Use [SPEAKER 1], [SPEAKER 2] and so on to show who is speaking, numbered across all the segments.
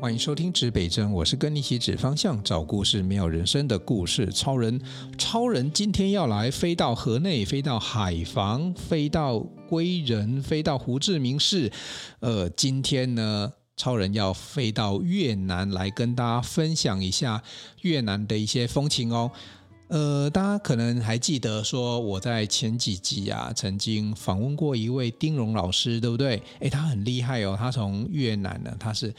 [SPEAKER 1] 欢迎收听指北针，我是跟你一起指方向、找故事、没有人生的故事超人。超人今天要来飞到河内，飞到海防，飞到归仁，飞到胡志明市。呃，今天呢，超人要飞到越南来跟大家分享一下越南的一些风情哦。呃，大家可能还记得说，我在前几集啊，曾经访问过一位丁荣老师，对不对？诶，他很厉害哦，他从越南呢，他是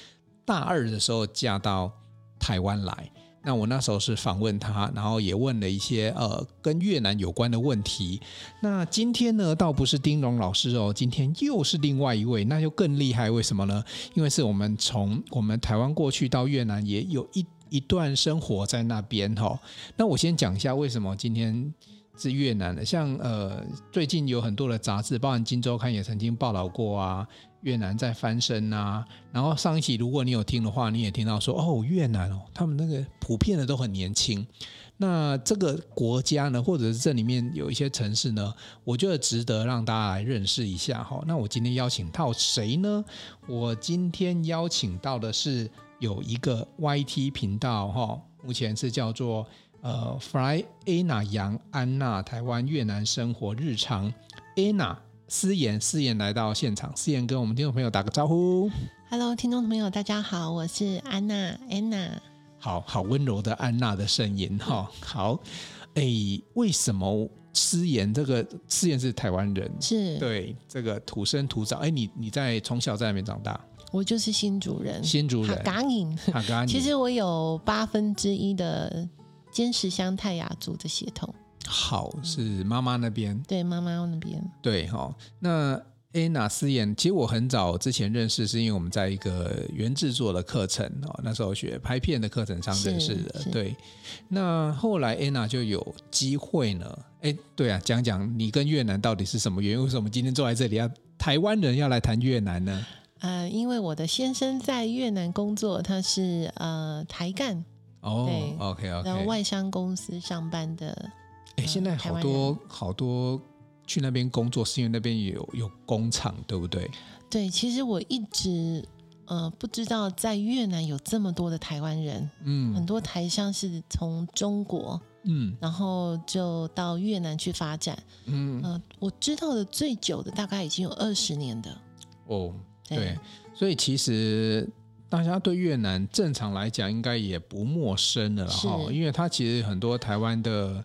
[SPEAKER 1] 大二的时候嫁到台湾来。那我那时候是访问他，然后也问了一些呃跟越南有关的问题。那今天呢，倒不是丁荣老师哦，今天又是另外一位，那就更厉害。为什么呢？因为是我们从我们台湾过去到越南，也有一一段生活在那边哈、哦。那我先讲一下为什么今天是越南的，像呃最近有很多的杂志，包含《金周刊》也曾经报道过啊，越南在翻身啊。然后上一期如果你有听的话，你也听到说哦，越南哦，他们那个普遍的都很年轻。那这个国家呢，或者是这里面有一些城市呢，我觉得值得让大家来认识一下哈、哦。那我今天邀请到谁呢？我今天邀请到的是有一个 YT 频道哈、哦，目前是叫做呃 Fly Anna 杨安娜台湾越南生活日常 Anna 思妍思妍来到现场，思妍跟我们听众朋友打个招呼。
[SPEAKER 2] Hello，听众朋友，大家好，我是安娜安娜。
[SPEAKER 1] 好好温柔的安娜的声音哈、哦，好，哎，为什么思妍这个思妍是台湾人，
[SPEAKER 2] 是
[SPEAKER 1] 对这个土生土长？哎，你你在从小在那边长大，
[SPEAKER 2] 我就是新主人，
[SPEAKER 1] 新竹人
[SPEAKER 2] 嗯哈，嘎影。
[SPEAKER 1] 哈嘎尼
[SPEAKER 2] 其实我有八分之一的坚持乡泰雅族的血统，
[SPEAKER 1] 好是妈妈那边
[SPEAKER 2] 对妈妈那边
[SPEAKER 1] 对哈、哦，那。Anna 思妍，其实我很早之前认识，是因为我们在一个原制作的课程哦，那时候学拍片的课程上认识的
[SPEAKER 2] 是。是
[SPEAKER 1] 对，那后来 Anna 就有机会呢，哎，对啊，讲讲你跟越南到底是什么原因？为什么今天坐在这里要台湾人要来谈越南呢？
[SPEAKER 2] 呃，因为我的先生在越南工作，他是呃台干，
[SPEAKER 1] 哦
[SPEAKER 2] 对
[SPEAKER 1] ，OK
[SPEAKER 2] 然后
[SPEAKER 1] OK，
[SPEAKER 2] 外呃商公司上班的，
[SPEAKER 1] 哎，现在好多好多去那边工作，是因为那边有有工厂，对不对？
[SPEAKER 2] 对，其实我一直呃不知道在越南有这么多的台湾人，很
[SPEAKER 1] 嗯
[SPEAKER 2] 多台商是从中国，
[SPEAKER 1] 嗯
[SPEAKER 2] 然后就到越南去发展。
[SPEAKER 1] 嗯，
[SPEAKER 2] 呃，我知道的最久的大概已经有二十年的。
[SPEAKER 1] 哦，对，所以其实大家对越南正常来讲应该也不陌生了啦
[SPEAKER 2] 是
[SPEAKER 1] 哈，因为它其实很多台湾的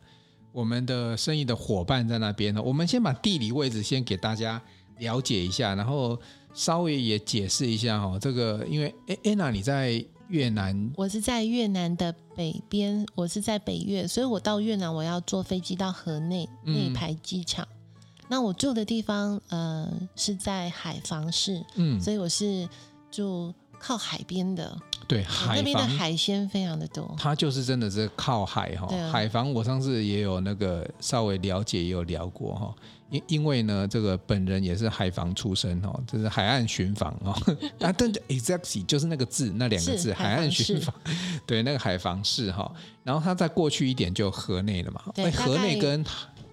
[SPEAKER 1] 我们的生意的伙伴在那边呢。我们先把地理位置先给大家了解一下，然后稍微也解释一下哈，这个因为哎安娜你在越南
[SPEAKER 2] 我是在越南的北边，我是在北越，所以我到越南我要坐飞机到河内
[SPEAKER 1] 嗯
[SPEAKER 2] 内排机场。那我住的地方呃是在海防市，
[SPEAKER 1] 嗯
[SPEAKER 2] 所以我是住靠海边的，
[SPEAKER 1] 对
[SPEAKER 2] 呃那
[SPEAKER 1] 海
[SPEAKER 2] 边的
[SPEAKER 1] 防。
[SPEAKER 2] 海鲜非常的多。
[SPEAKER 1] 它就是真的是靠海哈、
[SPEAKER 2] 对啊
[SPEAKER 1] 海防我上次也有那个稍微了解，也有聊过哈、因因为呢，这个本人也是海防出身哦，这是海岸巡防哦， 啊，但是 exactly 就是那个字，那两个
[SPEAKER 2] 是
[SPEAKER 1] 字，
[SPEAKER 2] 海
[SPEAKER 1] 海岸
[SPEAKER 2] 防
[SPEAKER 1] 巡
[SPEAKER 2] 市
[SPEAKER 1] 防， 对，那个海防市哈、然后它再过去一点就河内了嘛，
[SPEAKER 2] 对
[SPEAKER 1] 哎
[SPEAKER 2] 大
[SPEAKER 1] 河内
[SPEAKER 2] 概
[SPEAKER 1] 跟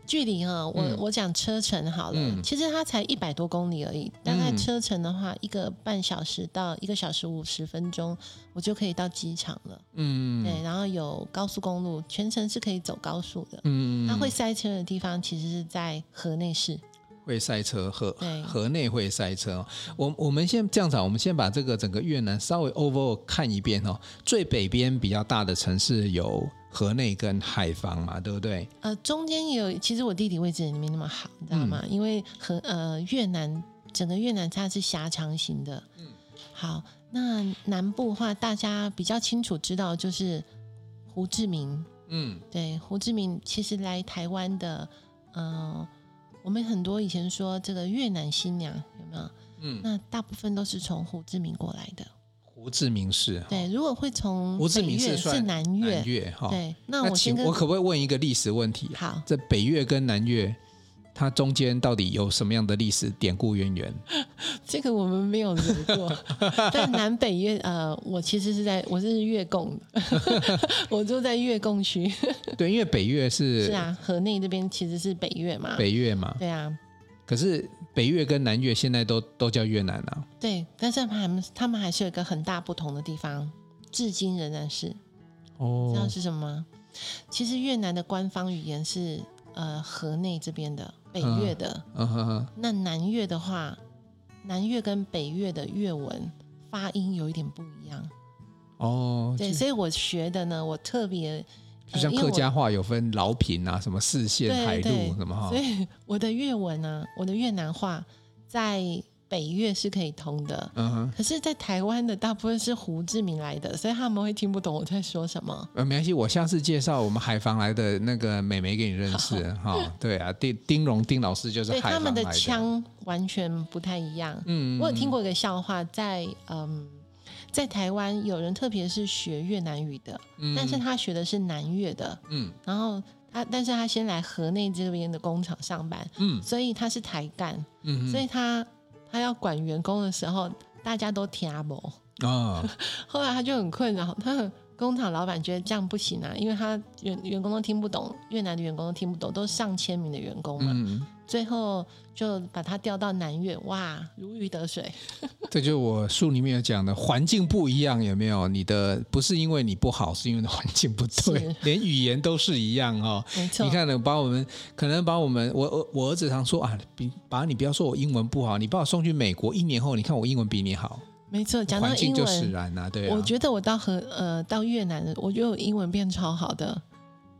[SPEAKER 2] 距离啊，我、
[SPEAKER 1] 嗯
[SPEAKER 2] 我讲车程好了，
[SPEAKER 1] 嗯
[SPEAKER 2] 其实它才一百多公里而已，大概
[SPEAKER 1] 嗯
[SPEAKER 2] 车程的话，一个半小时到一个小时五十分钟，我就可以到机场了。
[SPEAKER 1] 嗯
[SPEAKER 2] 对，然后有高速公路，全程是可以走高速的。
[SPEAKER 1] 嗯，
[SPEAKER 2] 那会塞车的地方其实是在河内市，
[SPEAKER 1] 会塞车，河
[SPEAKER 2] 对
[SPEAKER 1] 河内会塞车、哦。我我们先这样子啊，我们先把这个整个越南稍微 overall 看一遍哦。最北边比较大的城市有河内跟海防嘛，对不对？
[SPEAKER 2] 呃，中间也有，其实我地理位置也没那么好，你知道吗？
[SPEAKER 1] 嗯
[SPEAKER 2] 因为河呃越南整个越南它是狭长型的，嗯，好，那南部的话，大家比较清楚知道就是胡志明，
[SPEAKER 1] 嗯
[SPEAKER 2] 对，胡志明其实来台湾的，呃，我们很多以前说这个越南新娘有没有？
[SPEAKER 1] 嗯，
[SPEAKER 2] 那大部分都是从胡志明过来的。
[SPEAKER 1] 胡志明市哈、
[SPEAKER 2] 对，如果会从
[SPEAKER 1] 胡志
[SPEAKER 2] 北
[SPEAKER 1] 明
[SPEAKER 2] 越
[SPEAKER 1] 市
[SPEAKER 2] 是
[SPEAKER 1] 算
[SPEAKER 2] 南越，
[SPEAKER 1] 南越哈、
[SPEAKER 2] 对。那
[SPEAKER 1] 那
[SPEAKER 2] 我先
[SPEAKER 1] 请
[SPEAKER 2] 跟
[SPEAKER 1] 我可不可以问一个历史问题？
[SPEAKER 2] 好，
[SPEAKER 1] 这北越跟南越，它中间到底有什么样的历史典故渊 源？
[SPEAKER 2] 这个我们没有留 过。但南北越，呃，我其实是在我是越共 的，我住在越共区。啊
[SPEAKER 1] 对，因为北越是
[SPEAKER 2] 是啊，河内这边其实是北越嘛。
[SPEAKER 1] 北越嘛，
[SPEAKER 2] 对啊，
[SPEAKER 1] 可是北越跟南越现在都都叫越南啊。
[SPEAKER 2] 对，但是他们他们还是有一个很大不同的地方，至今仍然是，知道
[SPEAKER 1] 哦，
[SPEAKER 2] 是什么吗？其实越南的官方语言是呃河内这边的北越的，
[SPEAKER 1] 嗯哼哼，
[SPEAKER 2] 那南越的话，南越跟北越的越文发音有一点不一样。
[SPEAKER 1] 哦，
[SPEAKER 2] 对，
[SPEAKER 1] 就
[SPEAKER 2] 所以我学的呢，我特别
[SPEAKER 1] 就像
[SPEAKER 2] 呃因为
[SPEAKER 1] 客
[SPEAKER 2] 我
[SPEAKER 1] 家话有分饶平啊，什么四县、
[SPEAKER 2] 对
[SPEAKER 1] 海陆
[SPEAKER 2] 对
[SPEAKER 1] 什么哈
[SPEAKER 2] 所，以我的越文呢、我的越南话在北越是可以通的，
[SPEAKER 1] 嗯哼，
[SPEAKER 2] 可是，在台湾的大部分是胡志明来的，所以他们会听不懂我在说什么。
[SPEAKER 1] 呃，没关系，我下次介绍我们海防来的那个美眉给你认识 哈、对啊，丁丁荣丁老师就是
[SPEAKER 2] 对，
[SPEAKER 1] 海
[SPEAKER 2] 他
[SPEAKER 1] 防来
[SPEAKER 2] 们
[SPEAKER 1] 的
[SPEAKER 2] 的，腔完全不太一样。
[SPEAKER 1] 嗯，
[SPEAKER 2] 我有听过一个笑话，在嗯，在台湾有人特别是学越南语的，
[SPEAKER 1] 嗯，嗯
[SPEAKER 2] 但是他学的是南越的，
[SPEAKER 1] 嗯
[SPEAKER 2] 然后他，但是他先来河内这边的工厂上班，
[SPEAKER 1] 嗯
[SPEAKER 2] 所以他是台干，
[SPEAKER 1] 嗯，
[SPEAKER 2] 所以他他要管员工的时候，大家都听不。
[SPEAKER 1] 啊、哦，
[SPEAKER 2] 后来他就很困扰，他很工厂老板觉得这样不行啊，因为他员员工都听不懂，越南的员工都听不懂，都是上千名的员工嘛。
[SPEAKER 1] 嗯，
[SPEAKER 2] 最后就把他调到南越，哇，如鱼得水。
[SPEAKER 1] 这就是我书里面有讲的，环境不一样，有没有？你的不是因为你不好，是因为你的环境不对
[SPEAKER 2] 是，
[SPEAKER 1] 连语言都是一样哈、哦。
[SPEAKER 2] 没错，
[SPEAKER 1] 你看呢，把我们可能把我们，我我我儿子常说啊，比把你不要说我英文不好，你把我送去美国，一年后你看我英文比你好，
[SPEAKER 2] 没错，讲到
[SPEAKER 1] 环
[SPEAKER 2] 英
[SPEAKER 1] 境就使
[SPEAKER 2] 文，
[SPEAKER 1] 然啊，对啊。
[SPEAKER 2] 我觉得我到和呃到越南，我觉得我英文变超好的，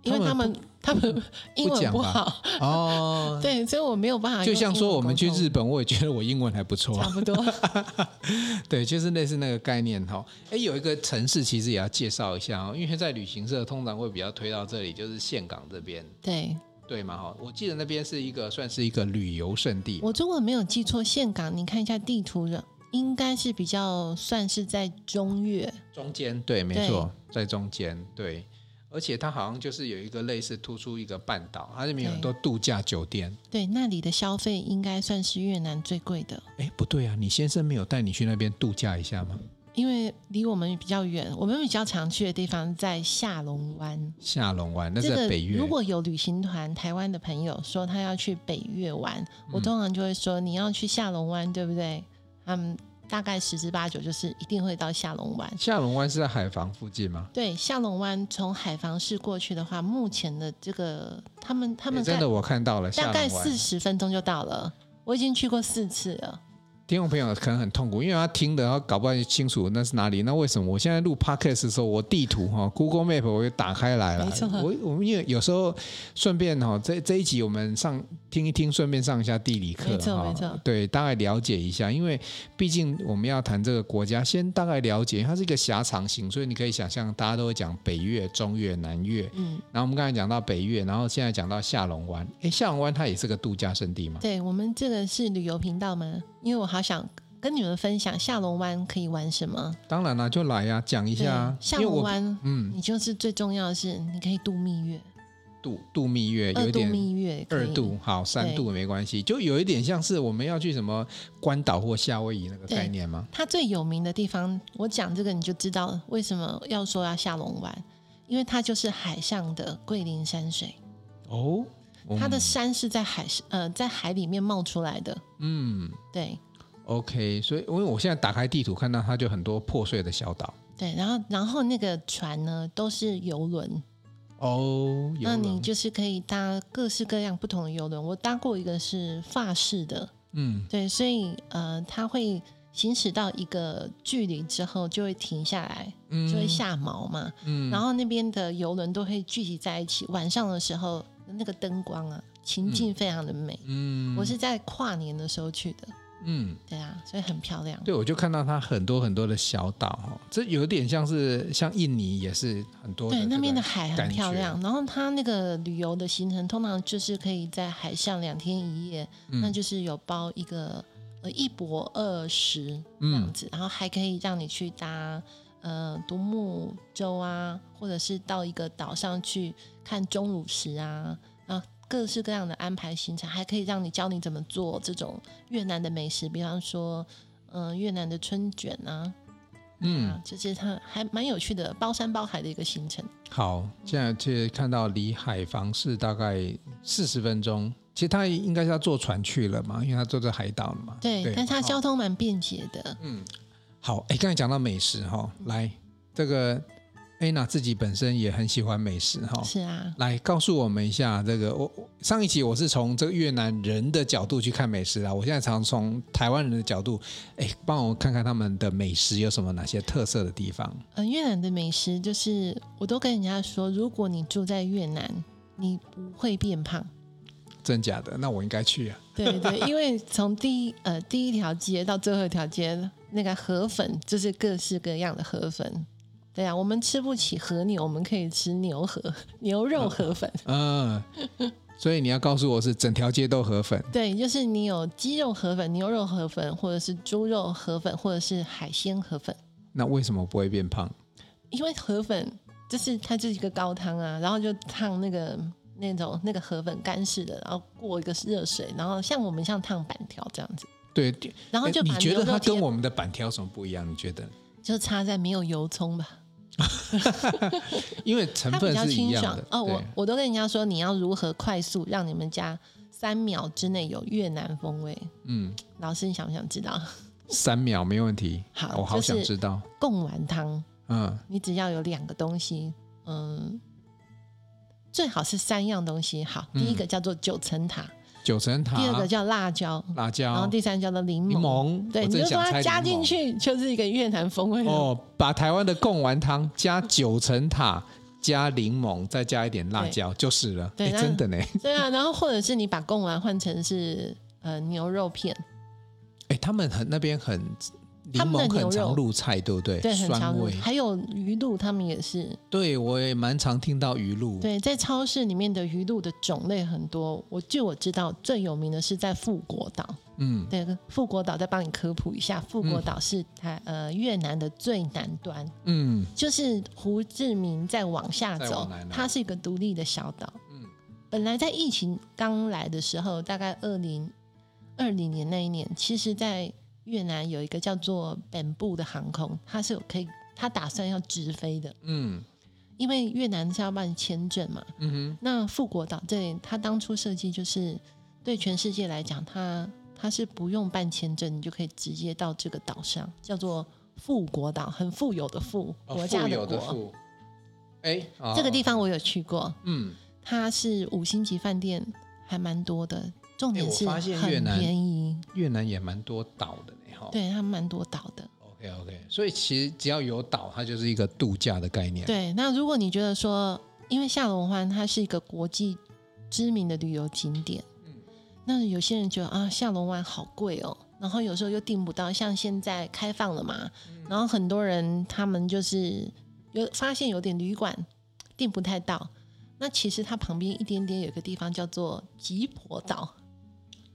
[SPEAKER 2] 因为
[SPEAKER 1] 他
[SPEAKER 2] 他
[SPEAKER 1] 们
[SPEAKER 2] 们他们英文
[SPEAKER 1] 讲
[SPEAKER 2] 不
[SPEAKER 1] 吧
[SPEAKER 2] 好，
[SPEAKER 1] 哦，
[SPEAKER 2] 对，啊所以我没有办法用英
[SPEAKER 1] 就
[SPEAKER 2] 文沟通。
[SPEAKER 1] 像说我们去日本，我也觉得我英文还不错
[SPEAKER 2] 差
[SPEAKER 1] 啊。
[SPEAKER 2] 不多，
[SPEAKER 1] 对，就是类似那个概念哈。哎，有一个城市其实也要介绍一下哦，因为在旅行社通常会比较推到这里，就是岘港这边，
[SPEAKER 2] 对。
[SPEAKER 1] 对嘛哈？我记得那边是一个算是一个旅游胜地。
[SPEAKER 2] 我如果没有记错，岘港你看一下地图了，应该是比较算是在中越，
[SPEAKER 1] 中间对，没错，在中间对，而且它好像就是有一个类似突出一个半岛，它那边有很多度假酒店。
[SPEAKER 2] 对，那里的消费应该算是越南最贵的，
[SPEAKER 1] 哎，不对啊，你先生没有带你去那边度假一下吗？
[SPEAKER 2] 因为离我们比较远，我们比较常去的地方在下龙湾。
[SPEAKER 1] 下龙湾那是
[SPEAKER 2] 这
[SPEAKER 1] 在
[SPEAKER 2] 个
[SPEAKER 1] 北越，
[SPEAKER 2] 如果有旅行团台湾的朋友说他要去北越玩，
[SPEAKER 1] 嗯
[SPEAKER 2] 我通常就会说你要去下龙湾，对不对？他们大概十之八九就是一定会到下龙湾。
[SPEAKER 1] 下龙湾是在海防附近吗？
[SPEAKER 2] 对，下龙湾从海防市过去的话，目前的这个他们他们
[SPEAKER 1] 诶真
[SPEAKER 2] 在
[SPEAKER 1] 的我看到了，下
[SPEAKER 2] 大
[SPEAKER 1] 龙
[SPEAKER 2] 概
[SPEAKER 1] 湾
[SPEAKER 2] 四十分钟就到了。我已经去过四次了，
[SPEAKER 1] 听众朋友可能很痛苦，因为他听的他搞不太清楚那是哪里。那为什么我现在录 podcast 的时候，我地图哈、Google Map 我就打开来了
[SPEAKER 2] 没错。
[SPEAKER 1] 我我们因为有时候顺便哈、这这一集我们上听一听，顺便上一下地理课
[SPEAKER 2] 没错
[SPEAKER 1] 哈、
[SPEAKER 2] 没错
[SPEAKER 1] 对，大概了解一下，因为毕竟我们要谈这个国家，先大概了解，它是一个狭长型，所以你可以想象，大家都会讲北越、中越、南越。
[SPEAKER 2] 嗯，
[SPEAKER 1] 然后我们刚才讲到北越，然后现在讲到下龙湾。诶，下龙湾它也是个度假胜地嘛？
[SPEAKER 2] 对我们这个是旅游频道吗？因为我好想跟你们分享下龙湾可以玩什么。
[SPEAKER 1] 当然啦、就来呀、讲一
[SPEAKER 2] 对
[SPEAKER 1] 下啊，
[SPEAKER 2] 下
[SPEAKER 1] 因为我
[SPEAKER 2] 龙湾，
[SPEAKER 1] 嗯，
[SPEAKER 2] 你就是最重要的是你可以度蜜月，
[SPEAKER 1] 度度蜜月有
[SPEAKER 2] 二
[SPEAKER 1] 一
[SPEAKER 2] 度
[SPEAKER 1] 点
[SPEAKER 2] 蜜月也可
[SPEAKER 1] 二
[SPEAKER 2] 以，
[SPEAKER 1] 度好，三
[SPEAKER 2] 对
[SPEAKER 1] 度没关系，就有一点像是我们要去什么关岛或夏威夷那个
[SPEAKER 2] 对
[SPEAKER 1] 概念吗？
[SPEAKER 2] 它最有名的地方，我讲这个你就知道为什么要说要下龙湾，因为它就是海上的桂林山水，
[SPEAKER 1] 哦，
[SPEAKER 2] 它的山是在海呃在海里面冒出来的，
[SPEAKER 1] 嗯嗯
[SPEAKER 2] 对
[SPEAKER 1] ，OK，所以因为我现在打开地图看到它就很多破碎的小岛
[SPEAKER 2] 对，然后然后那个船呢都是游轮，
[SPEAKER 1] 哦，有
[SPEAKER 2] 那你
[SPEAKER 1] 了，
[SPEAKER 2] 就是可以搭各式各样不同的游轮，我搭过一个是法式的，
[SPEAKER 1] 嗯
[SPEAKER 2] 对，所以呃它会行驶到一个距离之后就会停下来，
[SPEAKER 1] 嗯，
[SPEAKER 2] 就会下锚嘛，
[SPEAKER 1] 嗯，
[SPEAKER 2] 然后那边的游轮都会聚集在一起，晚上的时候那个灯光啊，情境非常的美。
[SPEAKER 1] 嗯，
[SPEAKER 2] 我是在跨年的时候去的，
[SPEAKER 1] 嗯。
[SPEAKER 2] 对啊，所以很漂亮。
[SPEAKER 1] 对，我就看到它很多很多的小岛哈，这有点像是像印尼也是很多的
[SPEAKER 2] 对，
[SPEAKER 1] 这
[SPEAKER 2] 那边
[SPEAKER 1] 个
[SPEAKER 2] 的海
[SPEAKER 1] 感觉
[SPEAKER 2] 很漂亮。然后它那个旅游的行程通常就是可以在海上两天一夜，
[SPEAKER 1] 嗯
[SPEAKER 2] 那就是有包一个呃一泊二食
[SPEAKER 1] 嗯
[SPEAKER 2] 这样子，然后还可以让你去搭呃独木舟啊，或者是到一个岛上去看钟乳石啊，然后各式各样的安排行程，还可以让你教你怎么做这种越南的美食，比方说嗯、呃越南的春卷啊。
[SPEAKER 1] 嗯
[SPEAKER 2] 啊，就是它还蛮有趣的，包山包海的一个行程。
[SPEAKER 1] 好，现在去看到离海防市大概四十分钟其实他应该是要坐船去了嘛，因为他坐在海岛了嘛。
[SPEAKER 2] 对，但是它
[SPEAKER 1] 哦
[SPEAKER 2] 交通蛮便捷的。
[SPEAKER 1] 好，哎，刚才讲到美食哈、
[SPEAKER 2] 嗯
[SPEAKER 1] 来，这个 Anna 自己本身也很喜欢美食哈、
[SPEAKER 2] 是啊，
[SPEAKER 1] 来告诉我们一下这个，我我上一期我是从这个越南人的角度去看美食啊，我现在常从台湾人的角度，哎，帮我看看他们的美食有什么哪些特色的地方。
[SPEAKER 2] 呃，越南的美食就是我都跟人家说，如果你住在越南，你不会变胖。
[SPEAKER 1] 真假的？那我应该去啊。
[SPEAKER 2] 对对，因为从第一呃第一条街到最后一条街，那个河粉就是各式各样的河粉。对啊，我们吃不起和牛，我们可以吃牛河牛肉河粉。
[SPEAKER 1] 嗯，所以你要告诉我是整条街都河粉，
[SPEAKER 2] 对，就是你有鸡肉河粉、牛肉河粉，或者是猪肉河粉，或者是海鲜河粉。
[SPEAKER 1] 那为什么不会变胖？
[SPEAKER 2] 因为河粉就是它就是一个高汤啊，然后就烫那个那种那个河粉干式的，然后过一个热水，然后像我们像烫板条这样子，
[SPEAKER 1] 对，
[SPEAKER 2] 然后就
[SPEAKER 1] 诶
[SPEAKER 2] 把
[SPEAKER 1] 哎你觉
[SPEAKER 2] 牛
[SPEAKER 1] 得
[SPEAKER 2] 肉
[SPEAKER 1] 它
[SPEAKER 2] 贴
[SPEAKER 1] 跟我们的板条有什么不一样？你觉得？
[SPEAKER 2] 就插在没有油葱吧，
[SPEAKER 1] 因为成
[SPEAKER 2] 它比
[SPEAKER 1] 分
[SPEAKER 2] 较
[SPEAKER 1] 是一
[SPEAKER 2] 清
[SPEAKER 1] 样
[SPEAKER 2] 爽
[SPEAKER 1] 的。
[SPEAKER 2] 哦。我
[SPEAKER 1] 对
[SPEAKER 2] 我都跟人家说，你要如何快速让你们家三秒之内有越南风味。
[SPEAKER 1] 嗯，
[SPEAKER 2] 老师，你想不想知道？
[SPEAKER 1] 三秒没问题。
[SPEAKER 2] 好
[SPEAKER 1] 我好
[SPEAKER 2] 就是
[SPEAKER 1] 想知道。
[SPEAKER 2] 贡丸汤，
[SPEAKER 1] 嗯，
[SPEAKER 2] 你只要有两个东西，嗯，最好是三样东西。好，第一个叫做九层塔，
[SPEAKER 1] 九层嗯塔，
[SPEAKER 2] 第二个叫辣椒，
[SPEAKER 1] 辣椒，
[SPEAKER 2] 然后第三叫做柠
[SPEAKER 1] 哦柠
[SPEAKER 2] 檬。
[SPEAKER 1] 檬，
[SPEAKER 2] 对，
[SPEAKER 1] 我
[SPEAKER 2] 你
[SPEAKER 1] 正
[SPEAKER 2] 就
[SPEAKER 1] 想
[SPEAKER 2] 把它
[SPEAKER 1] 猜
[SPEAKER 2] 加
[SPEAKER 1] 柠
[SPEAKER 2] 进
[SPEAKER 1] 檬。
[SPEAKER 2] 去，就是一个越南风味了。
[SPEAKER 1] 哦，把台湾的贡丸汤加九层塔。加柠檬，再加一点辣椒就是了。
[SPEAKER 2] 对
[SPEAKER 1] 诶
[SPEAKER 2] 那
[SPEAKER 1] 真的呢。
[SPEAKER 2] 对啊，然后或者是你把贡丸换成是呃牛肉片，
[SPEAKER 1] 哎，他们很那边很柠
[SPEAKER 2] 他们的
[SPEAKER 1] 檬很
[SPEAKER 2] 牛
[SPEAKER 1] 常
[SPEAKER 2] 肉
[SPEAKER 1] 入菜，对不对？
[SPEAKER 2] 对，很常
[SPEAKER 1] 酸
[SPEAKER 2] 入
[SPEAKER 1] 味。
[SPEAKER 2] 还有鱼露，他们也是。
[SPEAKER 1] 对，我也蛮常听到鱼露。
[SPEAKER 2] 对，在超市里面的鱼露的种类很多，我据我知道最有名的是在富国岛。
[SPEAKER 1] 嗯，
[SPEAKER 2] 对，富国岛再帮你科普一下，富国岛是台、呃越南的最南端，
[SPEAKER 1] 嗯，
[SPEAKER 2] 就是胡志明再往下
[SPEAKER 1] 再往
[SPEAKER 2] 走
[SPEAKER 1] 南，来啊
[SPEAKER 2] 它是一个独立的小岛。
[SPEAKER 1] 嗯
[SPEAKER 2] 本来在疫情刚来的时候，大概二零二零年那一年，其实在越南有一个叫做本部的航空，它是有可以，它打算要直飞的，
[SPEAKER 1] 嗯
[SPEAKER 2] 因为越南是要办签证嘛。
[SPEAKER 1] 嗯哼，
[SPEAKER 2] 那富国岛这里，它当初设计就是对全世界来讲，它它是不用办签证，你就可以直接到这个岛上，叫做富国岛，很富有的富，
[SPEAKER 1] 哦
[SPEAKER 2] 国家
[SPEAKER 1] 富有
[SPEAKER 2] 国。
[SPEAKER 1] 的富。哎，哦
[SPEAKER 2] 这个地方我有去过，
[SPEAKER 1] 嗯，
[SPEAKER 2] 它是五星级饭店，还蛮多的。重点
[SPEAKER 1] 哎我
[SPEAKER 2] 是
[SPEAKER 1] 发
[SPEAKER 2] 很
[SPEAKER 1] 现越南哦
[SPEAKER 2] 便宜，
[SPEAKER 1] 越南也蛮多岛的呢，哈。
[SPEAKER 2] 对，它蛮多岛的。
[SPEAKER 1] ，OK OK，所以其实只要有岛，它就是一个度假的概念。，
[SPEAKER 2] 对，那如果你觉得说，因为下龙湾它是一个国际知名的旅游景点，
[SPEAKER 1] 嗯
[SPEAKER 2] 那有些人觉得啊，下龙湾好贵哦，然后有时候又订不到，像现在开放了嘛，
[SPEAKER 1] 嗯
[SPEAKER 2] 然后很多人他们就是有发现有点旅馆订不太到，那其实它旁边一点点有个地方叫做吉婆岛，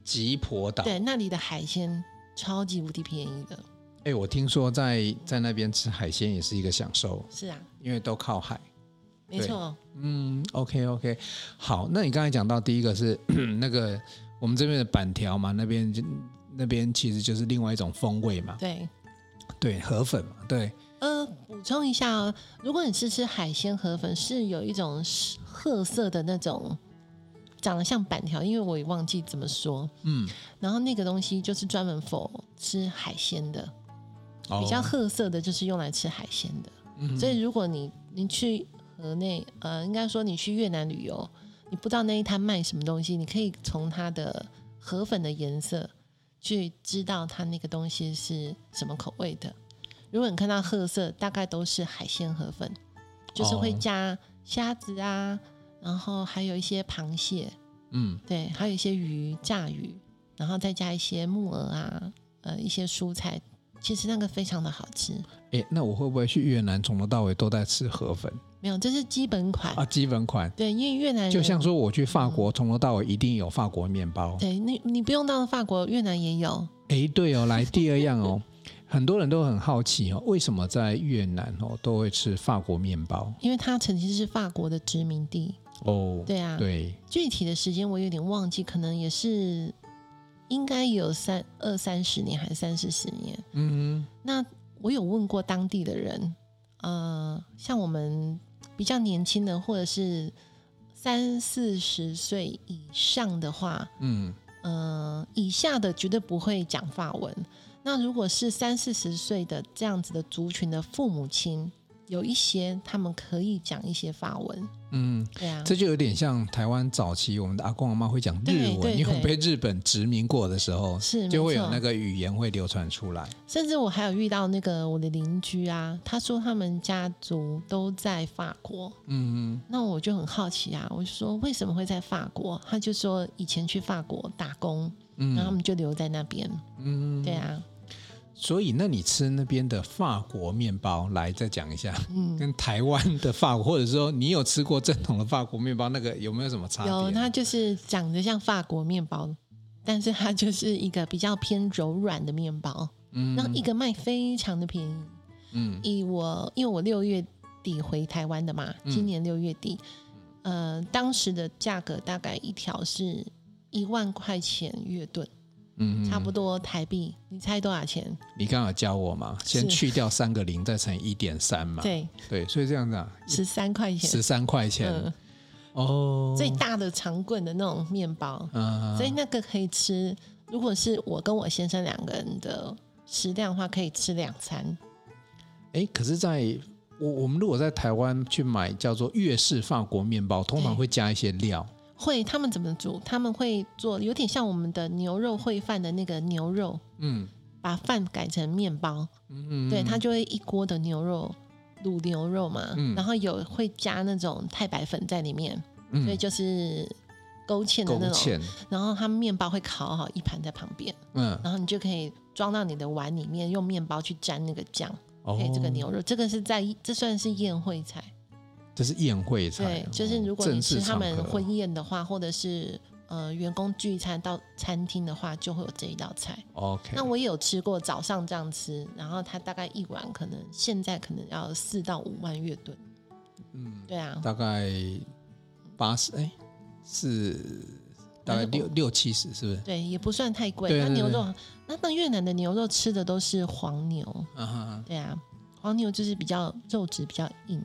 [SPEAKER 1] 吉婆岛。
[SPEAKER 2] 对，那里的海鲜超级无敌便宜的，
[SPEAKER 1] 哎，我听说在在那边吃海鲜也是一个享受，
[SPEAKER 2] 是啊，
[SPEAKER 1] 因为都靠海。
[SPEAKER 2] 没
[SPEAKER 1] 对
[SPEAKER 2] 错，
[SPEAKER 1] 嗯，OK OK，好，那你刚才讲到第一个是 那个我们这边的板条嘛，那边就那边其实就是另外一种风味嘛，
[SPEAKER 2] 对。
[SPEAKER 1] 对，河粉嘛，对，
[SPEAKER 2] 呃，补充一下哦，如果你是吃海鲜河粉，是有一种褐色的那种，长得像板条，因为我也忘记怎么说。
[SPEAKER 1] 嗯，
[SPEAKER 2] 然后那个东西就是专门否吃海鲜的，
[SPEAKER 1] 哦
[SPEAKER 2] 比较褐色的就是用来吃海鲜的。
[SPEAKER 1] 嗯
[SPEAKER 2] 所以如果你你去河内，呃，应该说你去越南旅游，你不知道那一摊卖什么东西，你可以从它的河粉的颜色去知道它那个东西是什么口味的。如果你看到褐色，大概都是海鲜河粉，就是会
[SPEAKER 1] 哦
[SPEAKER 2] 加虾子啊，然后还有一些螃蟹，
[SPEAKER 1] 嗯，
[SPEAKER 2] 对，还有一些鱼、炸鱼，然后再加一些木耳啊，呃，一些蔬菜，其实那个非常的好吃。
[SPEAKER 1] 诶，那我会不会去越南从头到尾都在吃河粉
[SPEAKER 2] 没有，这是基本款。
[SPEAKER 1] 啊？基本款，
[SPEAKER 2] 对，因为越南人
[SPEAKER 1] 就像说我去法国从头到尾一定有法国面包。
[SPEAKER 2] 对你，你不用到法国，越南也有。
[SPEAKER 1] 诶，对哦，来第二样哦，很多人都很好奇哦，为什么在越南哦都会吃法国面包？
[SPEAKER 2] 因为它曾经是法国的殖民地，
[SPEAKER 1] 哦，
[SPEAKER 2] 对啊，
[SPEAKER 1] 对，
[SPEAKER 2] 具体的时间我有点忘记，可能也是应该有三二三十年还是三四十年。
[SPEAKER 1] 嗯哼，
[SPEAKER 2] 那我有问过当地的人，呃，像我们比较年轻的或者是三四十岁以上的话，
[SPEAKER 1] 嗯
[SPEAKER 2] 呃，以下的绝对不会讲法文。那如果是三四十岁的这样子的族群的父母亲，有一些他们可以讲一些法文，
[SPEAKER 1] 嗯，
[SPEAKER 2] 对啊，
[SPEAKER 1] 这就有点像台湾早期我们的阿公阿妈会讲日
[SPEAKER 2] 对对
[SPEAKER 1] 文，因为我们被
[SPEAKER 2] 对
[SPEAKER 1] 日本殖民过的时候，
[SPEAKER 2] 是
[SPEAKER 1] 就
[SPEAKER 2] 没
[SPEAKER 1] 会有
[SPEAKER 2] 错
[SPEAKER 1] 那个语言会流传出来。
[SPEAKER 2] 甚至我还有遇到那个我的邻居啊，他说他们家族都在法国，
[SPEAKER 1] 嗯
[SPEAKER 2] 那我就很好奇啊，我就说为什么会在法国？他就说以前去法国打工，
[SPEAKER 1] 嗯
[SPEAKER 2] 然后他
[SPEAKER 1] 嗯
[SPEAKER 2] 们就留在那边。
[SPEAKER 1] 嗯，
[SPEAKER 2] 对。啊，
[SPEAKER 1] 所以，那你吃那边的法国面包，来再讲一下，
[SPEAKER 2] 嗯，
[SPEAKER 1] 跟台湾的法国，或者说你有吃过正统的法国面包，那个有没有什么差别？
[SPEAKER 2] 有，它就是长得像法国面包，但是它就是一个比较偏柔软的面包，
[SPEAKER 1] 嗯
[SPEAKER 2] 那一个卖非常的便宜。
[SPEAKER 1] 嗯
[SPEAKER 2] 以我因为我六月底回台湾的嘛，
[SPEAKER 1] 嗯
[SPEAKER 2] 今年六月底，呃，当时的价格大概一条是一万块钱月盾，
[SPEAKER 1] 嗯
[SPEAKER 2] 差不。多台币，你猜多少钱？
[SPEAKER 1] 你刚好教我嘛，先
[SPEAKER 2] 是
[SPEAKER 1] 去掉三个零，再乘以一点三嘛。
[SPEAKER 2] 对，
[SPEAKER 1] 对，所以这样子啊，
[SPEAKER 2] 十三块钱
[SPEAKER 1] 十，三块钱、
[SPEAKER 2] 嗯，
[SPEAKER 1] 哦。
[SPEAKER 2] 最大的长棍的那种面包，
[SPEAKER 1] 嗯，
[SPEAKER 2] 所以那个可以吃。如果是我跟我先生两个人的食量的话，可以吃两餐。
[SPEAKER 1] 哎，可是在，我我们如果在台湾去买叫做粤式法国面包，通常
[SPEAKER 2] 对
[SPEAKER 1] 会加一些料。
[SPEAKER 2] 会他们怎么煮？他们会做有点像我们的牛肉烩饭的那个牛肉，
[SPEAKER 1] 嗯
[SPEAKER 2] 把饭改成面包，
[SPEAKER 1] 嗯，
[SPEAKER 2] 对，它就会一锅的牛肉卤牛肉嘛，
[SPEAKER 1] 嗯
[SPEAKER 2] 然后有会加那种太白粉在里面，所以
[SPEAKER 1] 嗯
[SPEAKER 2] 就是勾芡的
[SPEAKER 1] 勾
[SPEAKER 2] 那种，
[SPEAKER 1] 芡，
[SPEAKER 2] 然后它面包会烤好一盘在旁边，
[SPEAKER 1] 嗯，
[SPEAKER 2] 然后你就可以装到你的碗里面，用面包去沾那个酱，
[SPEAKER 1] 哦
[SPEAKER 2] 嗯配这个，牛肉，这个是在这算是宴会菜，
[SPEAKER 1] 这是宴会菜
[SPEAKER 2] 对
[SPEAKER 1] 哦，，
[SPEAKER 2] 就是如果你
[SPEAKER 1] 正
[SPEAKER 2] 是
[SPEAKER 1] 式
[SPEAKER 2] 他
[SPEAKER 1] 场
[SPEAKER 2] 们
[SPEAKER 1] 合
[SPEAKER 2] 婚宴的话，或者是呃员工聚餐到餐厅的话，就会有这一道菜。
[SPEAKER 1] OK，
[SPEAKER 2] 那我也有吃过，早上这样吃，然后它大概一碗可能现在可能要四到五万月盾，
[SPEAKER 1] 嗯，
[SPEAKER 2] 对啊，
[SPEAKER 1] 大概八十，哎，是大概
[SPEAKER 2] 但是
[SPEAKER 1] 六六七十，是不是？
[SPEAKER 2] 对，也不算太贵。
[SPEAKER 1] 对
[SPEAKER 2] 那
[SPEAKER 1] 对
[SPEAKER 2] 牛
[SPEAKER 1] 对
[SPEAKER 2] 肉，那那越南的牛肉吃的都是黄牛，
[SPEAKER 1] 啊哈哈，
[SPEAKER 2] 对啊，黄牛就是比较肉质比较硬，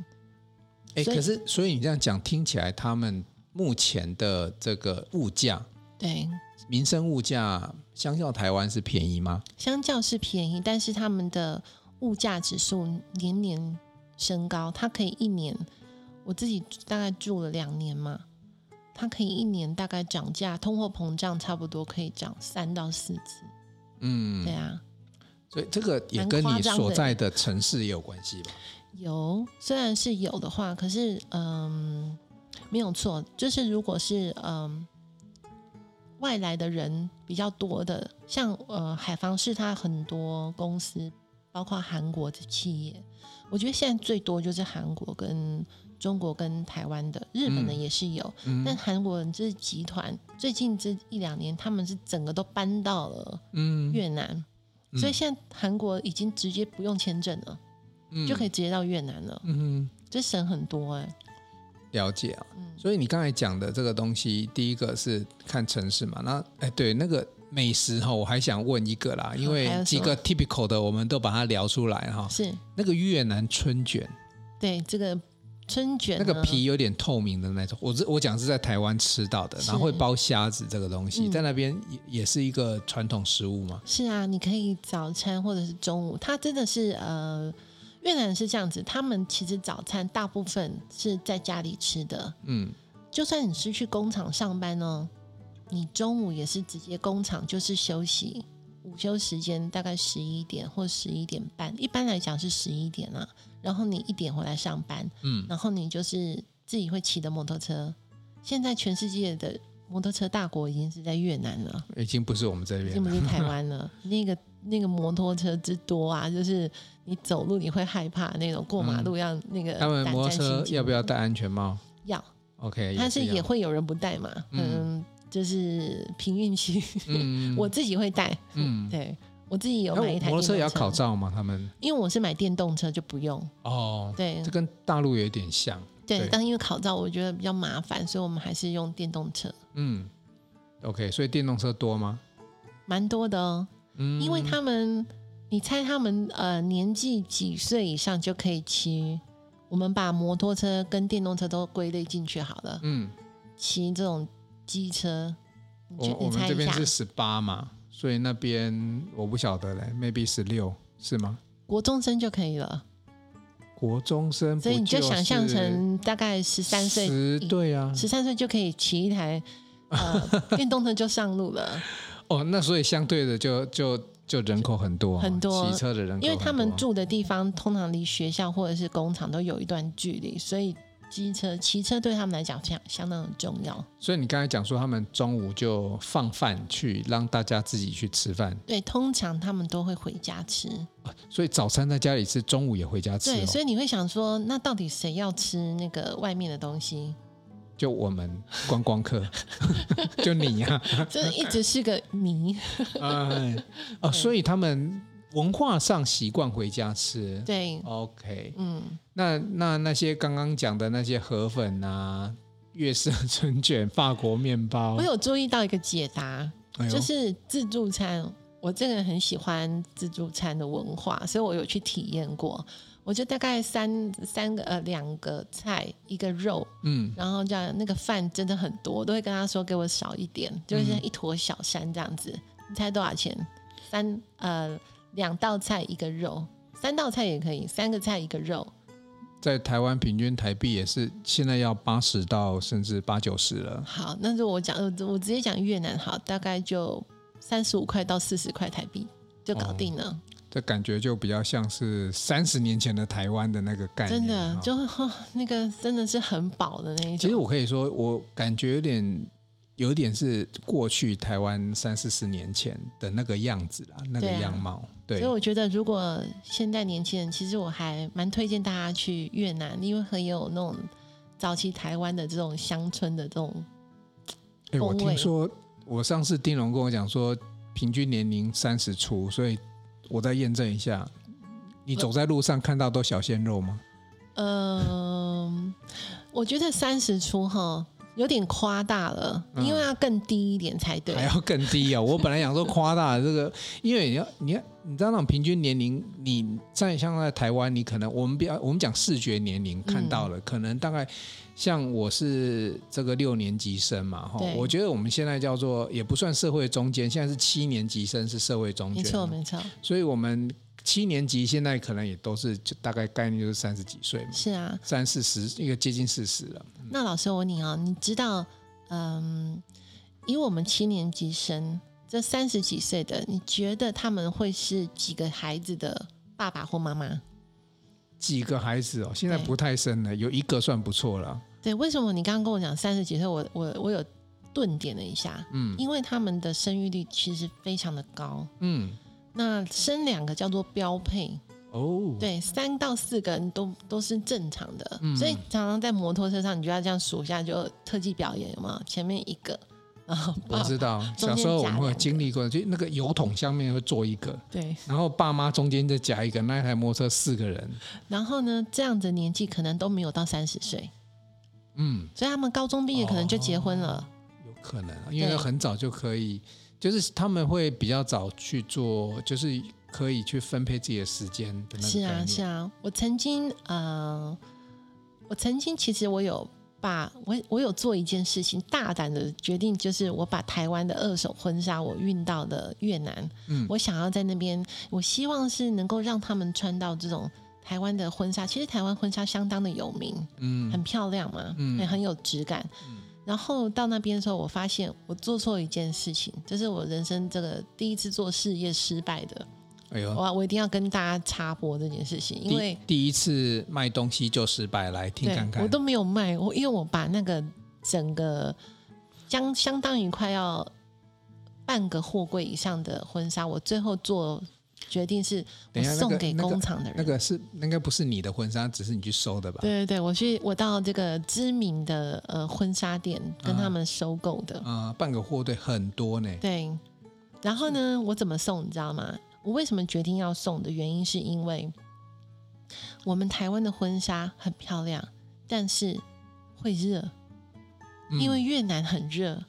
[SPEAKER 1] 哎，
[SPEAKER 2] 所以
[SPEAKER 1] 可是所以你这样讲，听起来他们目前的这个物价，
[SPEAKER 2] 对，
[SPEAKER 1] 民生物价相较台湾是便宜吗？
[SPEAKER 2] 相较是便宜，但是他们的物价指数年年升高，它可以一年，我自己大概住了两年嘛，它可以一年大概涨价，通货膨胀差不多可以涨三到四次，
[SPEAKER 1] 嗯，
[SPEAKER 2] 对啊，
[SPEAKER 1] 所以这个也
[SPEAKER 2] 蛮
[SPEAKER 1] 跟
[SPEAKER 2] 夸
[SPEAKER 1] 你
[SPEAKER 2] 张
[SPEAKER 1] 所
[SPEAKER 2] 的
[SPEAKER 1] 在的城市也有关系吧？
[SPEAKER 2] 有，虽然是有的话，可是嗯，没有错，就是如果是嗯外来的人比较多的，像呃海防是它很多公司，包括韩国的企业，我觉得现在最多就是韩国跟中国跟台湾的，日本的
[SPEAKER 1] 嗯
[SPEAKER 2] 也是有，但
[SPEAKER 1] 嗯
[SPEAKER 2] 韩国人就是集团，最近这一两年他们是整个都搬到了
[SPEAKER 1] 嗯，
[SPEAKER 2] 越南，所以
[SPEAKER 1] 嗯
[SPEAKER 2] 现在韩国已经直接不用签证了。就可以
[SPEAKER 1] 以
[SPEAKER 2] 直接到越南了，
[SPEAKER 1] 嗯
[SPEAKER 2] 这省很多哎、
[SPEAKER 1] 了解啊。
[SPEAKER 2] 嗯，
[SPEAKER 1] 所以你刚才讲的这个东西，第一个是看城市嘛，那哎对那个美食哈、我还想问一个啦，因
[SPEAKER 2] 还有什
[SPEAKER 1] 为
[SPEAKER 2] 么
[SPEAKER 1] 几个 typical 的我们都把它聊出来哈、
[SPEAKER 2] 是
[SPEAKER 1] 那个越南春卷，
[SPEAKER 2] 对这个春卷
[SPEAKER 1] 那
[SPEAKER 2] 呢，
[SPEAKER 1] 个皮有点透明的那种，我是我讲是在台湾吃到的，
[SPEAKER 2] 是
[SPEAKER 1] 然后会包虾子这个东西，
[SPEAKER 2] 嗯
[SPEAKER 1] 在那边也也是一个传统食物嘛。
[SPEAKER 2] 是啊，你可以早餐或者是中午，它真的是呃，越南是这样子，他们其实早餐大部分是在家里吃的，
[SPEAKER 1] 嗯
[SPEAKER 2] 就算你是去工厂上班哦，你中午也是直接工厂就是休息。午休时间大概十一点或十一点半，一般来讲是十一点啊。然后你一点回来上班，
[SPEAKER 1] 嗯
[SPEAKER 2] 然后你就是自己会骑的摩托车。现在全世界的摩托车大国已经是在越南了，
[SPEAKER 1] 已经不是我们这
[SPEAKER 2] 嗯已
[SPEAKER 1] 边
[SPEAKER 2] 经
[SPEAKER 1] 了。
[SPEAKER 2] 不是台 湾了。那个那个摩托车之多啊，就是你走路你会害怕那种过马路要那个
[SPEAKER 1] 嗯他们
[SPEAKER 2] 胆
[SPEAKER 1] 摩托
[SPEAKER 2] 战心
[SPEAKER 1] 车
[SPEAKER 2] 惊
[SPEAKER 1] 要不要戴安全帽
[SPEAKER 2] 要？
[SPEAKER 1] ？OK，
[SPEAKER 2] 但是
[SPEAKER 1] 一样
[SPEAKER 2] 也会有人不戴嘛，
[SPEAKER 1] 嗯
[SPEAKER 2] 嗯，就是凭运气。
[SPEAKER 1] 嗯，
[SPEAKER 2] 我自己会戴，
[SPEAKER 1] 嗯
[SPEAKER 2] 对我自己有
[SPEAKER 1] 那
[SPEAKER 2] 买一台
[SPEAKER 1] 摩托车也要
[SPEAKER 2] 电动
[SPEAKER 1] 考，照吗？他们
[SPEAKER 2] 因为我是买电动车就不用。
[SPEAKER 1] 哦，
[SPEAKER 2] 对
[SPEAKER 1] 这跟大陆有点像。
[SPEAKER 2] 对
[SPEAKER 1] 对，
[SPEAKER 2] 但因为考照我觉得比较麻烦，所以我们还是用电动车，
[SPEAKER 1] 嗯，OK，所以电动车多吗？
[SPEAKER 2] 蛮多的哦。
[SPEAKER 1] 嗯，
[SPEAKER 2] 因为他们，你猜他们呃年纪几岁以上就可以骑？我们把摩托车跟电动车都归类进去好了。
[SPEAKER 1] 嗯
[SPEAKER 2] 骑这种机车？你
[SPEAKER 1] 我
[SPEAKER 2] 去
[SPEAKER 1] 我
[SPEAKER 2] 你
[SPEAKER 1] 们
[SPEAKER 2] 猜
[SPEAKER 1] 这
[SPEAKER 2] 一
[SPEAKER 1] 边
[SPEAKER 2] 下
[SPEAKER 1] 是，十八嘛，所以那边我不晓得嘞，maybe 十六是吗？
[SPEAKER 2] 国中生就可以了，
[SPEAKER 1] 哦国中生不
[SPEAKER 2] 所以你就想象成大概十
[SPEAKER 1] 十
[SPEAKER 2] 三岁
[SPEAKER 1] 十
[SPEAKER 2] 以
[SPEAKER 1] 对啊，
[SPEAKER 2] 十三岁就可以骑一台 呃电动车就上路了，
[SPEAKER 1] 哦，那所以相对的就就就人口很多嘛，啊
[SPEAKER 2] 很多
[SPEAKER 1] 骑车的人口很多，
[SPEAKER 2] 因为他们住的地方通常离学校或者是工厂都有一段距离，所以机车、骑车对他们来讲相相当的重要。
[SPEAKER 1] 所以你刚才讲说他们中午就放饭去让大家自己去吃饭，
[SPEAKER 2] 对，通常他们都会回家吃。
[SPEAKER 1] 所以早餐在家里吃，中午也回家吃、
[SPEAKER 2] 对，
[SPEAKER 1] 哦，
[SPEAKER 2] 所以你会想说，那到底谁要吃那个外面的东西？
[SPEAKER 1] 就我们观光 客， 就你呀、
[SPEAKER 2] 这一直是个谜。
[SPEAKER 1] 啊，哎哦，所以他们文化上习惯回家吃。
[SPEAKER 2] 对，
[SPEAKER 1] OK，
[SPEAKER 2] 嗯，
[SPEAKER 1] 那那那些刚刚讲的那些河粉啊、粤式春卷、法国面包
[SPEAKER 2] 我，有注意到一个解答，
[SPEAKER 1] 哎呦
[SPEAKER 2] 就是自助餐。我这个人很喜欢自助餐的文化，所以我有去体验过。我就大概三三个呃两个菜一个肉，
[SPEAKER 1] 嗯，
[SPEAKER 2] 然后这样那个饭真的很多，我都会跟他说给我少一点，就是一坨小山这样子。你猜多少钱？三呃两道菜一个肉，三道菜也可以，三个菜一个肉。
[SPEAKER 1] 在台湾平均台币也是现在要八十到甚至八九十了。
[SPEAKER 2] 好，那就我讲，呃我直接讲越南好，大概就三十五块到四十块台币就搞定了，
[SPEAKER 1] 这感觉就比较像是三十年前的台湾的那个概念。
[SPEAKER 2] 真的
[SPEAKER 1] 哈
[SPEAKER 2] 就、 哦那个真的是很饱的那一
[SPEAKER 1] 其
[SPEAKER 2] 种。
[SPEAKER 1] 实我可以说，我感觉有点有点是过去台湾三四十年前的那个样子啦，那个
[SPEAKER 2] 对啊
[SPEAKER 1] 样貌。对,、
[SPEAKER 2] 所以我觉得，如果现代年轻人，其实我还蛮推荐大家去越南，因为很有那种早期台湾的这种乡村的这种
[SPEAKER 1] 诶我
[SPEAKER 2] 风
[SPEAKER 1] 听
[SPEAKER 2] 味
[SPEAKER 1] 说我上次丁龙跟我讲说，平均年龄三十出，所以我再验证一下。你走在路上看到都小鲜肉吗？
[SPEAKER 2] 嗯，我觉得三十出哈有点夸大了，
[SPEAKER 1] 嗯
[SPEAKER 2] 因为要更低一点才对
[SPEAKER 1] 还。要更低啊、我本来想说夸大这个， 因为你要你要你知道那种平均年龄，你在像在台湾，你可能我们比较我们讲视觉年龄看到
[SPEAKER 2] 嗯
[SPEAKER 1] 了，可能大概像我是这个六年级生嘛，哈
[SPEAKER 2] 对，
[SPEAKER 1] 我觉得我们现在叫做也不算社会中间，现在是七年级生是社会中
[SPEAKER 2] 没错，
[SPEAKER 1] 间，
[SPEAKER 2] 没错，
[SPEAKER 1] 所以我们七年级现在可能也都是就大概概念就是三十几岁嘛，
[SPEAKER 2] 是啊。
[SPEAKER 1] 三四十一个接近四十了，
[SPEAKER 2] 那老师，我问你哦，你知道，嗯，以我们七年级生这三十几岁的，你觉得他们会是几个孩子的爸爸或妈妈？
[SPEAKER 1] 几个孩子哦，现在
[SPEAKER 2] 对
[SPEAKER 1] 不太生了，有一个算不错了，
[SPEAKER 2] 对，为什么你刚刚跟我讲三十几岁，我我我有顿点了一下，
[SPEAKER 1] 嗯
[SPEAKER 2] 因为他们的生育率其实非常的高，
[SPEAKER 1] 嗯。
[SPEAKER 2] 那生两个叫做标配。
[SPEAKER 1] 哦，
[SPEAKER 2] 对，三到四个人都都是正常的，
[SPEAKER 1] 嗯
[SPEAKER 2] 所以常常在摩托车上，你就要这样数一下，就特技表演有没有？前面一个，然后
[SPEAKER 1] 我
[SPEAKER 2] 爸
[SPEAKER 1] 知道，
[SPEAKER 2] 啊中
[SPEAKER 1] 小
[SPEAKER 2] 间
[SPEAKER 1] 时候我
[SPEAKER 2] 夹
[SPEAKER 1] 们会
[SPEAKER 2] 两个
[SPEAKER 1] 经历过，就那个油桶下面会做一个，
[SPEAKER 2] 对，
[SPEAKER 1] 然后爸妈中间再夹一个，那一台摩托车四个人，
[SPEAKER 2] 然后呢，这样的年纪可能都没有到三十岁，
[SPEAKER 1] 嗯，
[SPEAKER 2] 所以他们高中毕业可能就结婚
[SPEAKER 1] 哦
[SPEAKER 2] 了。
[SPEAKER 1] 有可能，啊因为
[SPEAKER 2] 对
[SPEAKER 1] 很早就可以，就是他们会比较早去做，就是可以去分配自己的时间的那个
[SPEAKER 2] 是
[SPEAKER 1] 概
[SPEAKER 2] 啊，
[SPEAKER 1] 念
[SPEAKER 2] 是啊，我曾经，呃，我曾经其实我有把我我有做一件事情，大胆的决定，就是我把台湾的二手婚纱我运到了越南，
[SPEAKER 1] 嗯
[SPEAKER 2] 我想要在那边，我希望是能够让他们穿到这种台湾的婚纱，其实台湾婚纱相当的有名，
[SPEAKER 1] 嗯
[SPEAKER 2] 很漂亮嘛，
[SPEAKER 1] 嗯
[SPEAKER 2] 也很有质感。然后到那边的时候，我发现我做错一件事情，这是我人生这个第一次做事业失败的。
[SPEAKER 1] 哎呦，
[SPEAKER 2] 我我一定要跟大家插播这件事情，哦因
[SPEAKER 1] 第
[SPEAKER 2] 为
[SPEAKER 1] 第一次卖东西就失败，来听
[SPEAKER 2] 对
[SPEAKER 1] 看看，
[SPEAKER 2] 我都没有卖，我因为我把那个整个相相当于快要半个货柜以上的婚纱，我最后做决定是我
[SPEAKER 1] 等一下那个
[SPEAKER 2] 送给工厂的人。
[SPEAKER 1] 那个是那个不是你的婚纱，只是你去收的吧？
[SPEAKER 2] 对对对，我去我到这个知名的呃婚纱店
[SPEAKER 1] 嗯
[SPEAKER 2] 跟他们收购的。
[SPEAKER 1] 啊、半个货对，很多呢，
[SPEAKER 2] 对，然后呢，
[SPEAKER 1] 嗯
[SPEAKER 2] 我怎么送你知道吗？我为什么决定要送的原因是因为我们台湾的婚纱很漂亮，但是会热，
[SPEAKER 1] 嗯
[SPEAKER 2] 因为越南很热，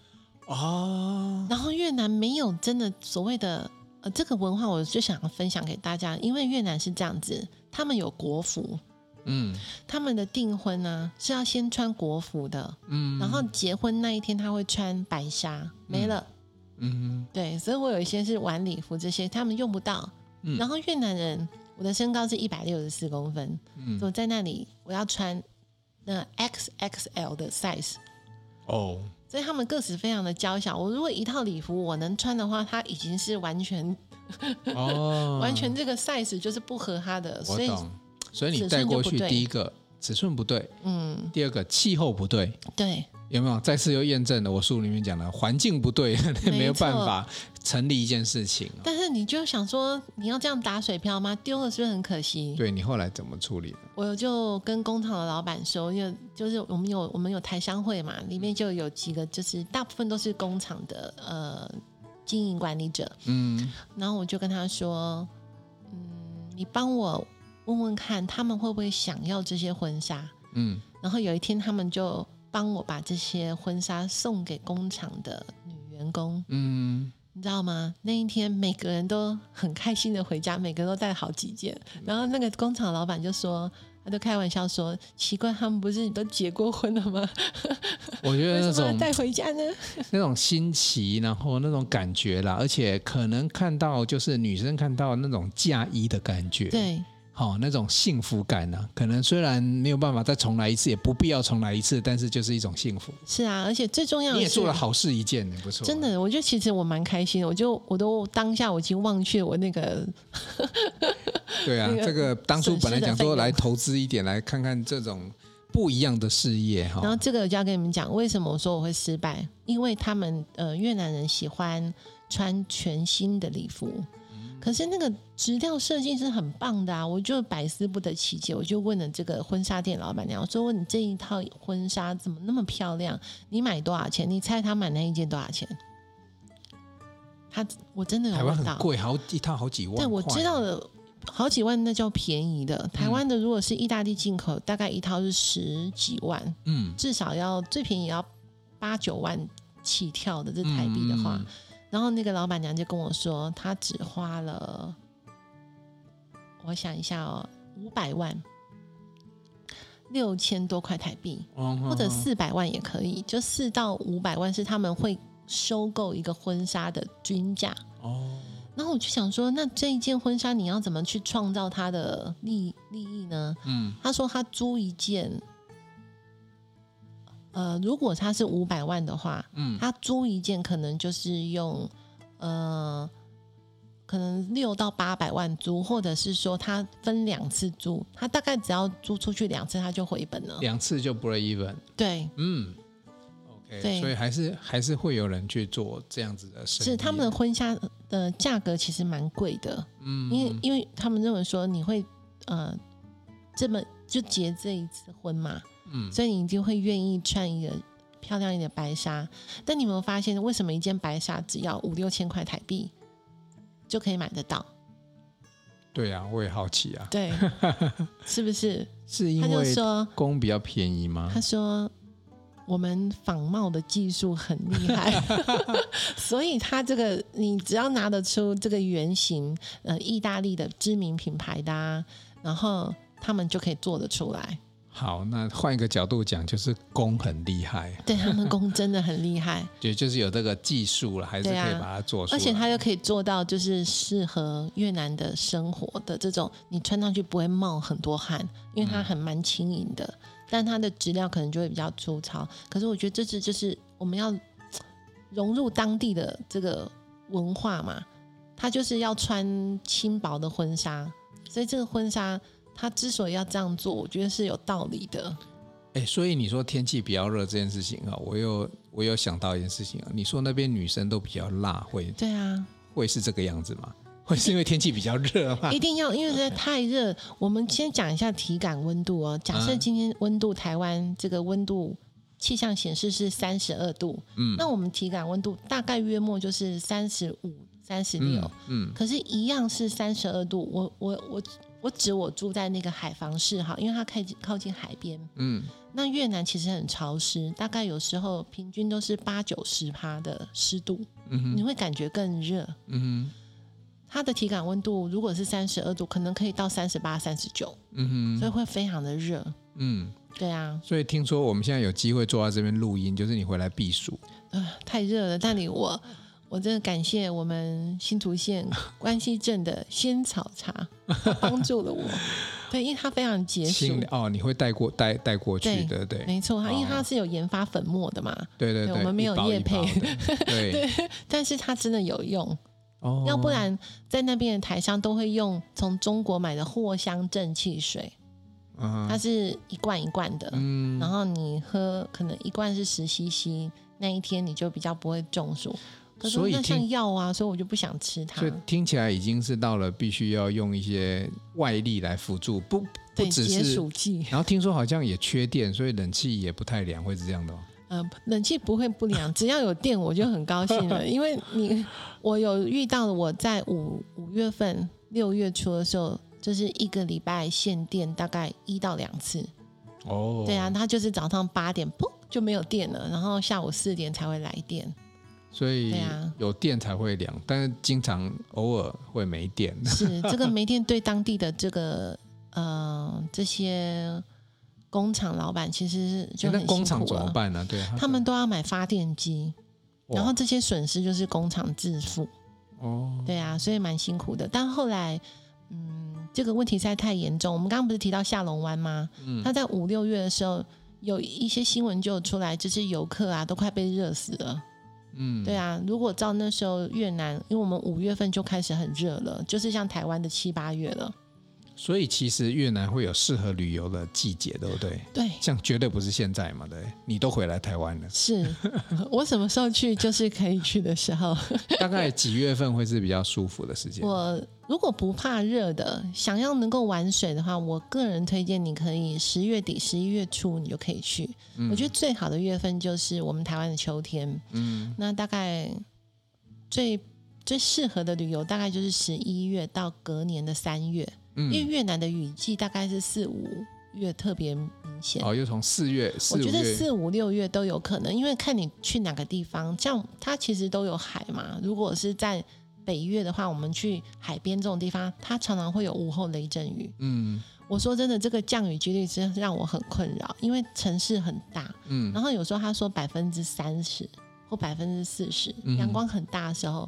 [SPEAKER 1] 啊，
[SPEAKER 2] 然后越南没有真的所谓的呃这个文化，我就想要分享给大家，因为越南是这样子，他们有国服，
[SPEAKER 1] 嗯
[SPEAKER 2] 他们的订婚呢、是要先穿国服的，
[SPEAKER 1] 嗯，
[SPEAKER 2] 然后结婚那一天他会穿白纱，没了。
[SPEAKER 1] 嗯
[SPEAKER 2] 对，所以我有一些是晚礼服这些，他们用不到。
[SPEAKER 1] 嗯
[SPEAKER 2] 然后越南人，我的身高是一百六十四公分，
[SPEAKER 1] 嗯
[SPEAKER 2] 所以我在那里我要穿那 XXL 的 size，
[SPEAKER 1] 哦，
[SPEAKER 2] 所以他们个子非常的娇小。我如果一套礼服我能穿的话，它已经是完全、
[SPEAKER 1] 哦，
[SPEAKER 2] 完全这个 size 就是不合他的，
[SPEAKER 1] 我
[SPEAKER 2] 所以
[SPEAKER 1] 懂。所以你
[SPEAKER 2] 尺
[SPEAKER 1] 带
[SPEAKER 2] 寸就
[SPEAKER 1] 过
[SPEAKER 2] 不
[SPEAKER 1] 去，
[SPEAKER 2] 对
[SPEAKER 1] 第一个尺寸不对，
[SPEAKER 2] 嗯，
[SPEAKER 1] 第二个气候不对，
[SPEAKER 2] 对，
[SPEAKER 1] 有没有？再次又验证了我书里面讲的环境不对，
[SPEAKER 2] 错
[SPEAKER 1] 没有办法成立一件事情哦。
[SPEAKER 2] 但是你就想说，你要这样打水漂吗？丢了是不是很可惜？
[SPEAKER 1] 对你后来怎么处理的？
[SPEAKER 2] 我就跟工厂的老板说，因为就是我们有我们有台商会嘛，里面就有几个，就是大部分都是工厂的呃经营管理者。
[SPEAKER 1] 嗯
[SPEAKER 2] 然后我就跟他说，嗯，你帮我问问看，他们会不会想要这些婚纱？
[SPEAKER 1] 嗯
[SPEAKER 2] 然后有一天，他们就帮我把这些婚纱送给工厂的女员工，
[SPEAKER 1] 嗯，
[SPEAKER 2] 你知道吗？那一天每个人都很开心的回家，每个人都带了好几件。然后那个工厂老板就说，他就开玩笑说：“奇怪，他们不是都结过婚了吗？
[SPEAKER 1] 我觉得
[SPEAKER 2] 为
[SPEAKER 1] 那
[SPEAKER 2] 什么要
[SPEAKER 1] 种
[SPEAKER 2] 带回家呢
[SPEAKER 1] 那种新奇，然后那种感觉啦，而且可能看到就是女生看到那种嫁衣的感？”觉，，
[SPEAKER 2] 对
[SPEAKER 1] 好、那种幸福感呢、可能虽然没有办法再重来一次，也不必要重来一次，但是就是一种幸福。
[SPEAKER 2] 是啊，而且最重要的
[SPEAKER 1] 你
[SPEAKER 2] 是
[SPEAKER 1] 也做了好事一件，不错，啊
[SPEAKER 2] 真。的，我觉得其实我蛮开心的，我就我都当下我已经忘却我那个
[SPEAKER 1] 对啊，
[SPEAKER 2] 那个
[SPEAKER 1] 这个当初
[SPEAKER 2] 损失
[SPEAKER 1] 本来
[SPEAKER 2] 的
[SPEAKER 1] 讲
[SPEAKER 2] 费
[SPEAKER 1] 说
[SPEAKER 2] 用
[SPEAKER 1] 来投资一点，来看看这种不一样的事业哈、
[SPEAKER 2] 然后这个我就要跟你们讲，为什么我说我会失败？因为他们呃越南人喜欢穿全新的礼服，
[SPEAKER 1] 嗯
[SPEAKER 2] 可是那个质料设计是很棒的啊，我就百思不得其解。我就问了这个婚纱店老板娘，我说你这一套婚纱怎么那么漂亮？你买多少钱？你猜他买那一件多少钱？他我真的有
[SPEAKER 1] 台湾
[SPEAKER 2] 问
[SPEAKER 1] 很
[SPEAKER 2] 到，
[SPEAKER 1] 贵，好一套好几万块。啊
[SPEAKER 2] 对，我知道了，好几万那叫便宜的。台湾的如果是意大利进口，大概一套是十几万。
[SPEAKER 1] 嗯，
[SPEAKER 2] 至少要最便宜也要八九万起跳的这
[SPEAKER 1] 嗯
[SPEAKER 2] 台币的话，
[SPEAKER 1] 嗯
[SPEAKER 2] 然后那个老板娘就跟我说，她只花了，我想一下哦，五百万，六千多块台币，
[SPEAKER 1] 嗯
[SPEAKER 2] 或者
[SPEAKER 1] 嗯
[SPEAKER 2] 四百万也可以，就四到五百万是他们会收购一个婚纱的均价。
[SPEAKER 1] 哦，
[SPEAKER 2] 然后我就想说，那这一件婚纱你要怎么去创造它的利利益呢？
[SPEAKER 1] 嗯
[SPEAKER 2] 他说他租一件，呃，如果他是五百万的话，
[SPEAKER 1] 嗯
[SPEAKER 2] 他租一件可能就是用呃，可能六到八百万租，或者是说他分两次租，他大概只要租出去两次，他就回本了。
[SPEAKER 1] 两次就 break even。
[SPEAKER 2] 对，
[SPEAKER 1] 嗯，OK，
[SPEAKER 2] 对
[SPEAKER 1] 所以还是还是会有人去做这样子的事。
[SPEAKER 2] 是他们的婚纱的价格其实蛮贵的，
[SPEAKER 1] 嗯，
[SPEAKER 2] 因为因为他们认为说你会呃这么就结这一次婚嘛，
[SPEAKER 1] 嗯
[SPEAKER 2] 所以你就会愿意穿一个漂亮一点的白纱。但你有没有发现，为什么一件白纱只要五六千块台币就可以买得到？
[SPEAKER 1] 对啊，我也好奇啊，
[SPEAKER 2] 对，是不是？
[SPEAKER 1] 是 因
[SPEAKER 2] 他就
[SPEAKER 1] 为
[SPEAKER 2] 说，
[SPEAKER 1] 工比较便宜吗
[SPEAKER 2] 他？说我们仿冒的技术很厉 害，所以他这个你只要拿得出这个原型，呃，意大利的知名品牌的、啊，然后他们就可以做得出来。
[SPEAKER 1] 好，那换一个角度讲，就是工很厉害，
[SPEAKER 2] 对他们工真的很厉害。
[SPEAKER 1] 也就是有这个技术了，还是可
[SPEAKER 2] 对啊
[SPEAKER 1] 以把它做出来。
[SPEAKER 2] 而且它又可以做到，就是适合越南的生活的这种，你穿上去不会冒很多汗，因为它很蛮轻盈的，但它的质量可能就会比较粗糙。可是我觉得这是就是我们要融入当地的这个文化嘛，它就是要穿轻薄的婚纱，所以这个婚纱它之所以要这样做，我觉得是有道理的。
[SPEAKER 1] 哎，所以你说天气比较热这件事情啊，我又我有想到一件事情啊，你说那边女生都比较辣，会
[SPEAKER 2] 对啊，
[SPEAKER 1] 会是这个样子吗？ 会是因为天气比较热吗
[SPEAKER 2] 一？定要，因为实在太热。我们先讲一下体感温度哦。假设
[SPEAKER 1] 嗯
[SPEAKER 2] 今天温度，台湾这个温度气象显示是三十二度，
[SPEAKER 1] 嗯
[SPEAKER 2] 那我们体感温度大概约莫就是三十五、三十
[SPEAKER 1] 嗯
[SPEAKER 2] 六，
[SPEAKER 1] 嗯
[SPEAKER 2] 可是，一样是三十二度。我我我我指我住在那个海防市哈，因为它靠近靠近海边。
[SPEAKER 1] 嗯，
[SPEAKER 2] 那越南其实很潮湿，大概有时候平均都是八九十趴的湿度，
[SPEAKER 1] 嗯
[SPEAKER 2] 你会感觉更热。
[SPEAKER 1] 嗯
[SPEAKER 2] 它的体感温度如果是三十二度，可能可以到三十八、三十九，
[SPEAKER 1] 嗯
[SPEAKER 2] 所以
[SPEAKER 1] 哼，
[SPEAKER 2] 会非常的热。
[SPEAKER 1] 嗯，
[SPEAKER 2] 对啊，
[SPEAKER 1] 所以听说我们现在有机会坐在这边录音，就是你回来避暑，
[SPEAKER 2] 呃，太热了。那里我我真的感谢我们新竹县关西镇的仙草 茶，它帮助了我。对，因为它非常解暑
[SPEAKER 1] 清，凉哦，你会带过带带过去的，对
[SPEAKER 2] 没错，它因为
[SPEAKER 1] 哦
[SPEAKER 2] 它是有研发粉末的嘛，
[SPEAKER 1] 对对
[SPEAKER 2] 对
[SPEAKER 1] 对，
[SPEAKER 2] 我们没有
[SPEAKER 1] 一包
[SPEAKER 2] 业
[SPEAKER 1] 一包
[SPEAKER 2] 配
[SPEAKER 1] 的 对，
[SPEAKER 2] 但是它真的有用，
[SPEAKER 1] 哦
[SPEAKER 2] 要不然在那边的台商都会用从中国买的藿香正气水，
[SPEAKER 1] 嗯
[SPEAKER 2] 它是一罐一罐的，
[SPEAKER 1] 嗯
[SPEAKER 2] 然后你喝可能一罐是十 CC，那一天你就比较不会中暑。可是
[SPEAKER 1] 所以
[SPEAKER 2] 那
[SPEAKER 1] 听
[SPEAKER 2] 像药啊，所以我就不想吃它
[SPEAKER 1] 所。以听起来已经是到了必须要用一些外力来辅助，不不
[SPEAKER 2] 对，
[SPEAKER 1] 只
[SPEAKER 2] 解
[SPEAKER 1] 是。
[SPEAKER 2] 暑剂，
[SPEAKER 1] 然后听说好像也缺电，所以冷气也不太凉，会是这样的、哦。
[SPEAKER 2] 呃，冷气不会不 良，只要有电我就很高兴了。因为你，我有遇到了，我在五五月份、六月初的时候，就是一个礼拜限电，大概一到两次。
[SPEAKER 1] 哦
[SPEAKER 2] 对啊，，它就是早上八点砰就没有电了，然后下午四点才会来电。
[SPEAKER 1] 所以
[SPEAKER 2] 对啊
[SPEAKER 1] 有电才会凉，但是经常偶尔会没 电。
[SPEAKER 2] 是这个煤电对当地的这个呃这些工厂老板其实是就
[SPEAKER 1] 那
[SPEAKER 2] 很
[SPEAKER 1] 工厂
[SPEAKER 2] 辛苦
[SPEAKER 1] 怎么
[SPEAKER 2] 了，
[SPEAKER 1] 办呢、对啊，
[SPEAKER 2] 他们都要买发电机，
[SPEAKER 1] 哇
[SPEAKER 2] 然后这些损失就是工厂自负。
[SPEAKER 1] 哦，
[SPEAKER 2] 对啊，所以蛮辛苦的。但后来，嗯，这个问题实在太严重。我们刚刚不是提到下龙湾吗？
[SPEAKER 1] 嗯
[SPEAKER 2] 它在五六月的时候，有一些新闻就有出来，就是游客啊都快被热死了。
[SPEAKER 1] 嗯，
[SPEAKER 2] 对啊，如果照那时候越南，因为我们五月份就开始很热了，就是像台湾的七八月了。
[SPEAKER 1] 所以其实越南会有适合旅游的季节，对不对？
[SPEAKER 2] 对，，
[SPEAKER 1] 像绝对不是现在嘛，对，你都回来台湾了
[SPEAKER 2] 是我什么时候去就是可以去的时候。
[SPEAKER 1] 大概几月份会是比较舒服的时间？
[SPEAKER 2] 我如果不怕热的，想要能够玩水的话，我个人推荐你可以十月底、十一月初你就可以去。我觉得最好的月份就是我们台湾的秋天，
[SPEAKER 1] 嗯，
[SPEAKER 2] 那大概最最适合的旅游大概就是十一月到隔年的三月，因为
[SPEAKER 1] 嗯，
[SPEAKER 2] 越南的雨季大概是四五月特别明显。
[SPEAKER 1] 哦，又从四月，四
[SPEAKER 2] 我
[SPEAKER 1] 五
[SPEAKER 2] 觉得
[SPEAKER 1] 月，
[SPEAKER 2] 四五六月都有可能，因为看你去哪个地方，像它其实都有海嘛。如果是在北越的话，我们去海边这种地方，它常常会有午后雷阵雨。
[SPEAKER 1] 嗯
[SPEAKER 2] 我说真的，这个降雨几率真的让我很困扰，因为城市很大，
[SPEAKER 1] 嗯，
[SPEAKER 2] 然后有时候他说百分之三十或百分之四十
[SPEAKER 1] 嗯，
[SPEAKER 2] 阳光很大的时候，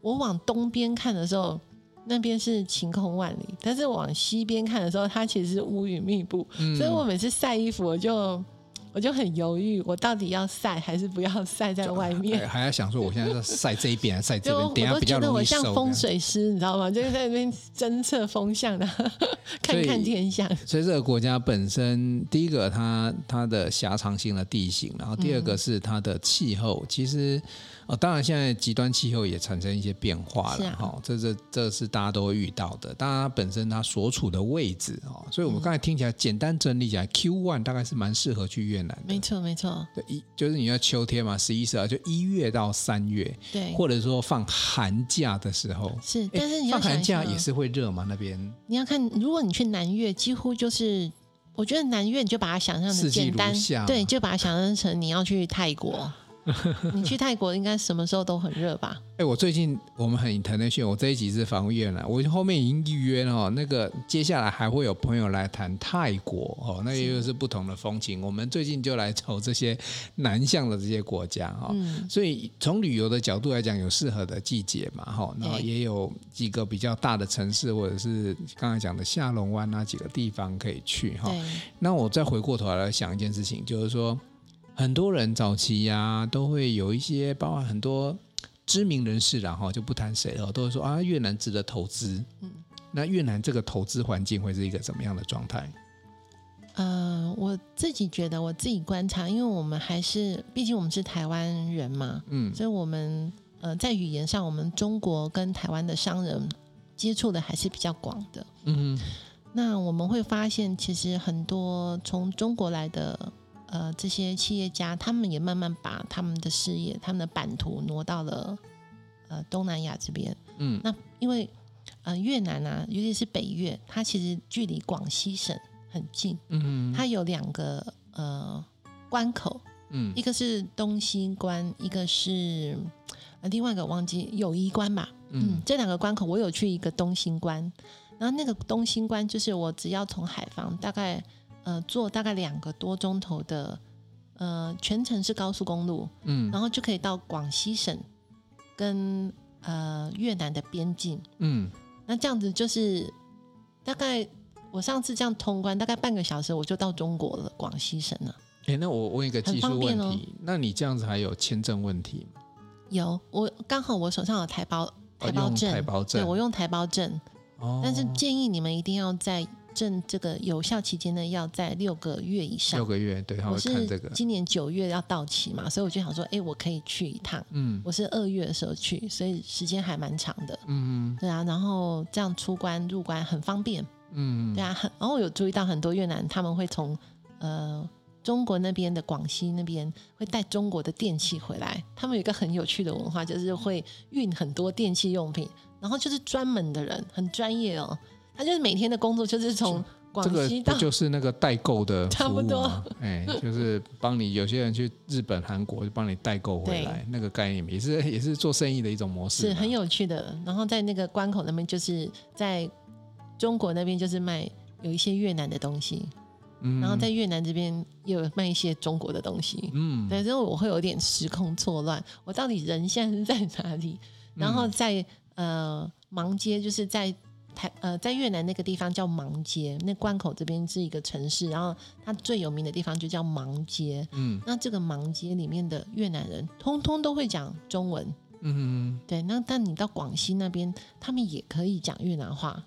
[SPEAKER 2] 我往东边看的时候。那边是晴空万里，但是往西边看的时候，它其实是乌云密布，
[SPEAKER 1] 嗯
[SPEAKER 2] 所以我每次晒衣服，我就我就很犹豫，我到底要晒还是不要晒在外
[SPEAKER 1] 还
[SPEAKER 2] 面。
[SPEAKER 1] 哎还要想说，我现在是晒这一边，晒 这
[SPEAKER 2] 就
[SPEAKER 1] 边，
[SPEAKER 2] 我
[SPEAKER 1] 等一下比较
[SPEAKER 2] 都觉得
[SPEAKER 1] 容
[SPEAKER 2] 我
[SPEAKER 1] 易
[SPEAKER 2] 像
[SPEAKER 1] 受。
[SPEAKER 2] 风水师，你知道吗？就是在那边侦测风向的，
[SPEAKER 1] 所
[SPEAKER 2] 看
[SPEAKER 1] 以
[SPEAKER 2] 看天象。
[SPEAKER 1] 所以这个国家本身，第一个它它的狭长性的地形，然后第二
[SPEAKER 2] 嗯
[SPEAKER 1] 个是它的气候。其实，哦，当然现在极端气候也产生一些变化
[SPEAKER 2] 是
[SPEAKER 1] 了，
[SPEAKER 2] 啊
[SPEAKER 1] 哈、这这这是大家都会遇到的。当然，它本身它所处的位置，哦，所以
[SPEAKER 2] 嗯
[SPEAKER 1] 我们刚才听起来简单整理起来，Q one 大概是蛮适合去越南的
[SPEAKER 2] 没。错，没错，
[SPEAKER 1] 对，一就是你要秋天嘛，十一、十二，就一月到三月，
[SPEAKER 2] 对，
[SPEAKER 1] 或者说放寒假的时候，
[SPEAKER 2] 是。
[SPEAKER 1] 诶
[SPEAKER 2] 但是你要
[SPEAKER 1] 放寒
[SPEAKER 2] 想
[SPEAKER 1] 假
[SPEAKER 2] 一下，
[SPEAKER 1] 也是会热嘛？那边
[SPEAKER 2] 你要看，如果你去南越，几乎就是。我觉得南越你就把它想象
[SPEAKER 1] 四
[SPEAKER 2] 的
[SPEAKER 1] 季
[SPEAKER 2] 简
[SPEAKER 1] 如
[SPEAKER 2] 单
[SPEAKER 1] 夏，
[SPEAKER 2] 对，就把它想象成你要去泰国。 你去泰国应该什么时候都很热吧？
[SPEAKER 1] 哎、我最近我们很 international，我这一集是访越南，我后面已经预约了哦。那个接下来还会有朋友来谈泰国哦，那又是不同的风情。我们最近就来走这些南向的这些国家哦。
[SPEAKER 2] 嗯，
[SPEAKER 1] 所以从旅游的角度来讲，有适合的季节嘛，哈，然后
[SPEAKER 2] 对
[SPEAKER 1] 也有几个比较大的城市，或者是刚才讲的下龙湾那几个地方可以去哈。
[SPEAKER 2] 对，
[SPEAKER 1] 那我再回过头来想一件事情，就是说，很多人早期呀、都会有一些，包含很多知名人士然后就不谈谁了，都会说啊，越南值得投资。嗯
[SPEAKER 2] 嗯，
[SPEAKER 1] 那越南这个投资环境会是一个怎么样的状态？
[SPEAKER 2] 呃，我自己觉得，我自己观察，因为我们还是，毕竟我们是台湾人嘛，
[SPEAKER 1] 嗯
[SPEAKER 2] 所以我们呃在语言上，我们中国跟台湾的商人接触的还是比较广的。
[SPEAKER 1] 嗯
[SPEAKER 2] 那我们会发现，其实很多从中国来的呃这些企业家，他们也慢慢把他们的事业、他们的版图挪到了呃东南亚这边。
[SPEAKER 1] 嗯
[SPEAKER 2] 那因为呃越南啊，尤其是北越，它其实距离广西省很近。
[SPEAKER 1] 嗯
[SPEAKER 2] 它有两个呃关口，
[SPEAKER 1] 嗯
[SPEAKER 2] 一个是东西关，一个是呃另外一个忘记友谊关吧。
[SPEAKER 1] 嗯
[SPEAKER 2] 嗯，这两个关口我有去一个东兴关，然后那个东兴关就是我只要从海防大概呃坐大概两个多钟头的呃全程是高速公路，
[SPEAKER 1] 嗯
[SPEAKER 2] 然后就可以到广西省跟呃越南的边境。
[SPEAKER 1] 嗯
[SPEAKER 2] 那这样子就是大概我上次这样通关大概半个小时我就到中国了，广西省了。
[SPEAKER 1] 哎，那我问一个技术问
[SPEAKER 2] 很方哦
[SPEAKER 1] 题，那你这样子还有签证问题吗？
[SPEAKER 2] 有我刚好我手上有台胞
[SPEAKER 1] 哦
[SPEAKER 2] 胞
[SPEAKER 1] 用
[SPEAKER 2] 证，
[SPEAKER 1] 台胞证
[SPEAKER 2] 对我用台胞证，
[SPEAKER 1] 哦，
[SPEAKER 2] 但是建议你们一定要在证这个有效期间呢，要在六个月以
[SPEAKER 1] 六
[SPEAKER 2] 上。
[SPEAKER 1] 个月，对，他
[SPEAKER 2] 我
[SPEAKER 1] 会看
[SPEAKER 2] 是
[SPEAKER 1] 这个，
[SPEAKER 2] 今年九月要到期嘛，所以我就想说，哎、我可以去一趟。
[SPEAKER 1] 嗯
[SPEAKER 2] 我是二月的时候去，所以时间还蛮长的。
[SPEAKER 1] 嗯
[SPEAKER 2] 对啊，然后这样出关入关很方便。
[SPEAKER 1] 嗯，
[SPEAKER 2] 对啊，很然后我有注意到很多越南他们会从呃中国那边的广西那边会带中国的电器回来，他们有一个很有趣的文化，就是会运很多电器用品，然后就是专门的人，很专业哦，他就是每天的工作就是从广
[SPEAKER 1] 这个
[SPEAKER 2] 西到
[SPEAKER 1] 不就是那个代购 的
[SPEAKER 2] 差
[SPEAKER 1] 服
[SPEAKER 2] 不
[SPEAKER 1] 务
[SPEAKER 2] 多
[SPEAKER 1] 吗？哎，就是帮你有些人去日本、韩国就帮你代购回
[SPEAKER 2] 对
[SPEAKER 1] 来，那个概念也是也是做啊生意的一种模式嘛，
[SPEAKER 2] 是很有趣的，然后在那个关口那边就是在中国那边就是卖有一些越南的东西，
[SPEAKER 1] 嗯，
[SPEAKER 2] 然后在越南这边也有卖一些中国的东西，
[SPEAKER 1] 嗯
[SPEAKER 2] 对，所以我会有点时空错乱，我到底人现在是在哪里？
[SPEAKER 1] 嗯
[SPEAKER 2] 然后在、呃芒街，就是在台呃在越南那个地方叫芒街，那关口这边是一个城市，然后它最有名的地方就叫芒街。
[SPEAKER 1] 嗯
[SPEAKER 2] 那这个芒街里面的越南人，通通都会讲中文。
[SPEAKER 1] 嗯，
[SPEAKER 2] 对，那但你到广西那边，他们也可以讲越南话。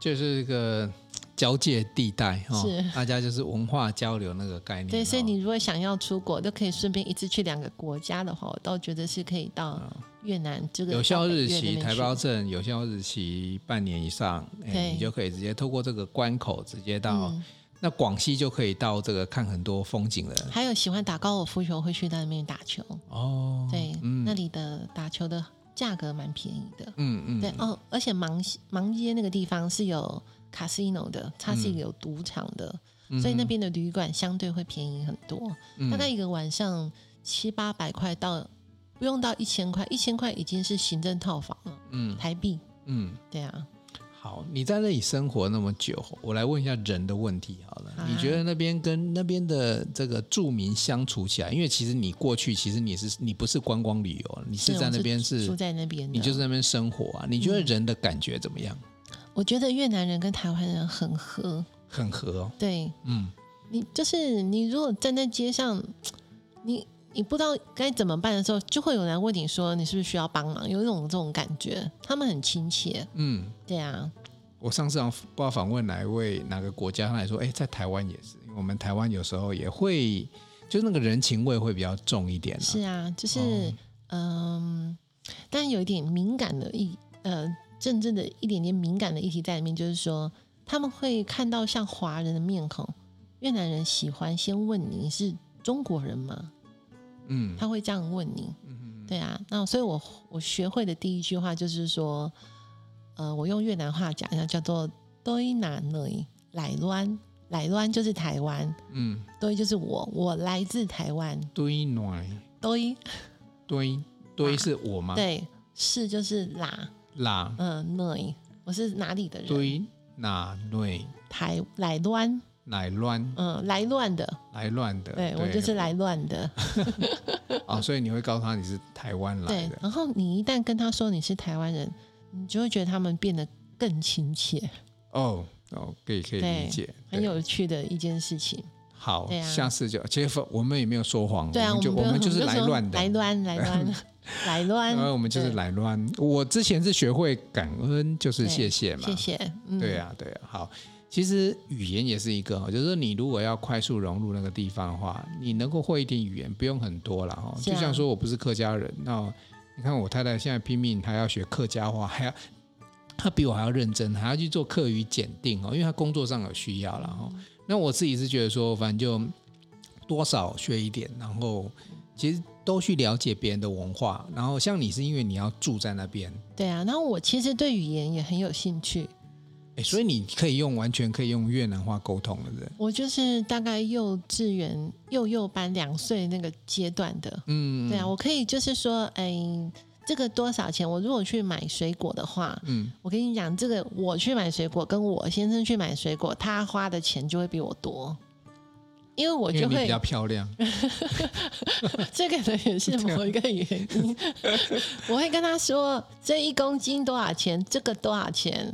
[SPEAKER 1] 就是一个交界地带哈
[SPEAKER 2] 是，
[SPEAKER 1] 大家就是文化交流那个概念哦。
[SPEAKER 2] 对，所以你如果想要出国，都可以顺便一次去两个国家的话，我倒觉得是可以到越南这个
[SPEAKER 1] 嗯有效
[SPEAKER 2] 到北
[SPEAKER 1] 日
[SPEAKER 2] 越
[SPEAKER 1] 期
[SPEAKER 2] 那边
[SPEAKER 1] 台
[SPEAKER 2] 去
[SPEAKER 1] 胞证有效日期半年以上，哎，
[SPEAKER 2] 对
[SPEAKER 1] 你就可以直接透过这个关口直接到
[SPEAKER 2] 嗯
[SPEAKER 1] 那广西就可以到这个看很多风景了。
[SPEAKER 2] 还有喜欢打高尔夫球会去到那边打球，
[SPEAKER 1] 哦，
[SPEAKER 2] 对，
[SPEAKER 1] 嗯
[SPEAKER 2] 那里的打球的价格蛮便宜的。
[SPEAKER 1] 嗯嗯，
[SPEAKER 2] 对哦，而且芒西芒街那个地方是有 casino 的，它是
[SPEAKER 1] 嗯
[SPEAKER 2] 有赌场的，
[SPEAKER 1] 嗯
[SPEAKER 2] 所以那边的旅馆相对会便宜很多，
[SPEAKER 1] 嗯
[SPEAKER 2] 大概一个晚上七八百块到不用到一千块，一千块已经是行政套房了，
[SPEAKER 1] 嗯
[SPEAKER 2] 台币。
[SPEAKER 1] 嗯，
[SPEAKER 2] 对啊，
[SPEAKER 1] 好，你在那里生活那么久，我来问一下人的问题好了。
[SPEAKER 2] 啊
[SPEAKER 1] 你觉得那边跟那边的这个住民相处起来，因为其实你过去其实你是你不是观光旅游，你是
[SPEAKER 2] 对
[SPEAKER 1] 在
[SPEAKER 2] 我
[SPEAKER 1] 那边
[SPEAKER 2] 住
[SPEAKER 1] 是
[SPEAKER 2] 住在那边的，
[SPEAKER 1] 你就是在那边生活啊，你觉得人的感觉怎么样？
[SPEAKER 2] 我觉得越南人跟台湾人很合，
[SPEAKER 1] 很合、哦，
[SPEAKER 2] 对，
[SPEAKER 1] 嗯
[SPEAKER 2] 你就是你，如果站在街上，你你不知道该怎么办的时候，就会有人问你说你是不是需要帮忙，有一种这种感觉，他们很亲切，
[SPEAKER 1] 嗯。
[SPEAKER 2] 对啊，
[SPEAKER 1] 我上次好像不知道访问哪一位哪个国家，他来说，哎，在台湾也是，因为我们台湾有时候也会，就那个人情味会比较重一点、啊。
[SPEAKER 2] 是啊，就是
[SPEAKER 1] 哦
[SPEAKER 2] 嗯、但有一点敏感的一呃政治的一点点敏感的议题在里面，就是说他们会看到像华人的面孔，越南人喜欢先问你是中国人吗？
[SPEAKER 1] 嗯
[SPEAKER 2] 他会这样问你。
[SPEAKER 1] 嗯
[SPEAKER 2] 对啊，那所以我我学会的第一句话就是说，呃，我用越南话讲，那叫做“对哪里来乱”，来乱就是台湾，
[SPEAKER 1] 嗯，
[SPEAKER 2] 对就是我，我来自台湾，
[SPEAKER 1] 堆暖
[SPEAKER 2] 对
[SPEAKER 1] 堆堆是我吗？
[SPEAKER 2] 对是就是啦，
[SPEAKER 1] 啦
[SPEAKER 2] 嗯、呃，哪我是哪里的人？
[SPEAKER 1] 堆哪内
[SPEAKER 2] 台来乱，
[SPEAKER 1] 来乱
[SPEAKER 2] 嗯、来乱的，
[SPEAKER 1] 来乱的，
[SPEAKER 2] 对我就是来乱的，
[SPEAKER 1] 啊，所以你会告诉他你是台湾来
[SPEAKER 2] 对
[SPEAKER 1] 的。。
[SPEAKER 2] 然后你一旦跟他说你是台湾人，你就会觉得他们变得更亲切，
[SPEAKER 1] 哦哦，可以可以
[SPEAKER 2] 对
[SPEAKER 1] 理解，
[SPEAKER 2] 很
[SPEAKER 1] 对
[SPEAKER 2] 有趣的一件事情。
[SPEAKER 1] 好，
[SPEAKER 2] 对啊
[SPEAKER 1] 下次就其实我们也没有说谎，
[SPEAKER 2] 对啊，
[SPEAKER 1] 们就
[SPEAKER 2] 不
[SPEAKER 1] 我
[SPEAKER 2] 用
[SPEAKER 1] 们就是
[SPEAKER 2] 我
[SPEAKER 1] 来
[SPEAKER 2] 说
[SPEAKER 1] 乱的，
[SPEAKER 2] 来乱，来 乱，来乱，
[SPEAKER 1] 因为我们就是
[SPEAKER 2] 对
[SPEAKER 1] 来乱。我之前是学会感恩，就是
[SPEAKER 2] 对
[SPEAKER 1] 谢谢嘛，
[SPEAKER 2] 谢谢，嗯，
[SPEAKER 1] 对，啊，对啊，好。其实语言也是一个哦，就是说你如果要快速融入那个地方的话，你能够会一点语言，不用很多了哈。
[SPEAKER 2] 是
[SPEAKER 1] 就
[SPEAKER 2] 啊
[SPEAKER 1] 像说我不是客家人，那你看我太太现在拼命，她要学客家话，还要她比我还要认真，还要去做客语检定哦，因为她工作上有需要了哈。
[SPEAKER 2] 嗯
[SPEAKER 1] 那我自己是觉得说，反正就多少学一点，然后其实都去了解别人的文化。然后像你是因为你要住在那边，
[SPEAKER 2] 对啊。然后我其实对语言也很有兴趣，
[SPEAKER 1] 哎，所以你可以用完全可以用越南话沟通了，对不对。
[SPEAKER 2] 我就是大概幼稚园幼幼班两岁那个阶段的，
[SPEAKER 1] 嗯，
[SPEAKER 2] 啊对啊，我可以就是说，哎，这个多少钱？我如果去买水果的话，
[SPEAKER 1] 嗯，
[SPEAKER 2] 我跟你讲，这个我去买水果，跟我先生去买水果，他花的钱就会比我多，因为我
[SPEAKER 1] 因为
[SPEAKER 2] 就
[SPEAKER 1] 你
[SPEAKER 2] 会
[SPEAKER 1] 比较漂 亮，
[SPEAKER 2] 这可能 也是
[SPEAKER 1] 啊
[SPEAKER 2] 某一个原因。我会跟他说，这一公斤多少钱，这个多少钱，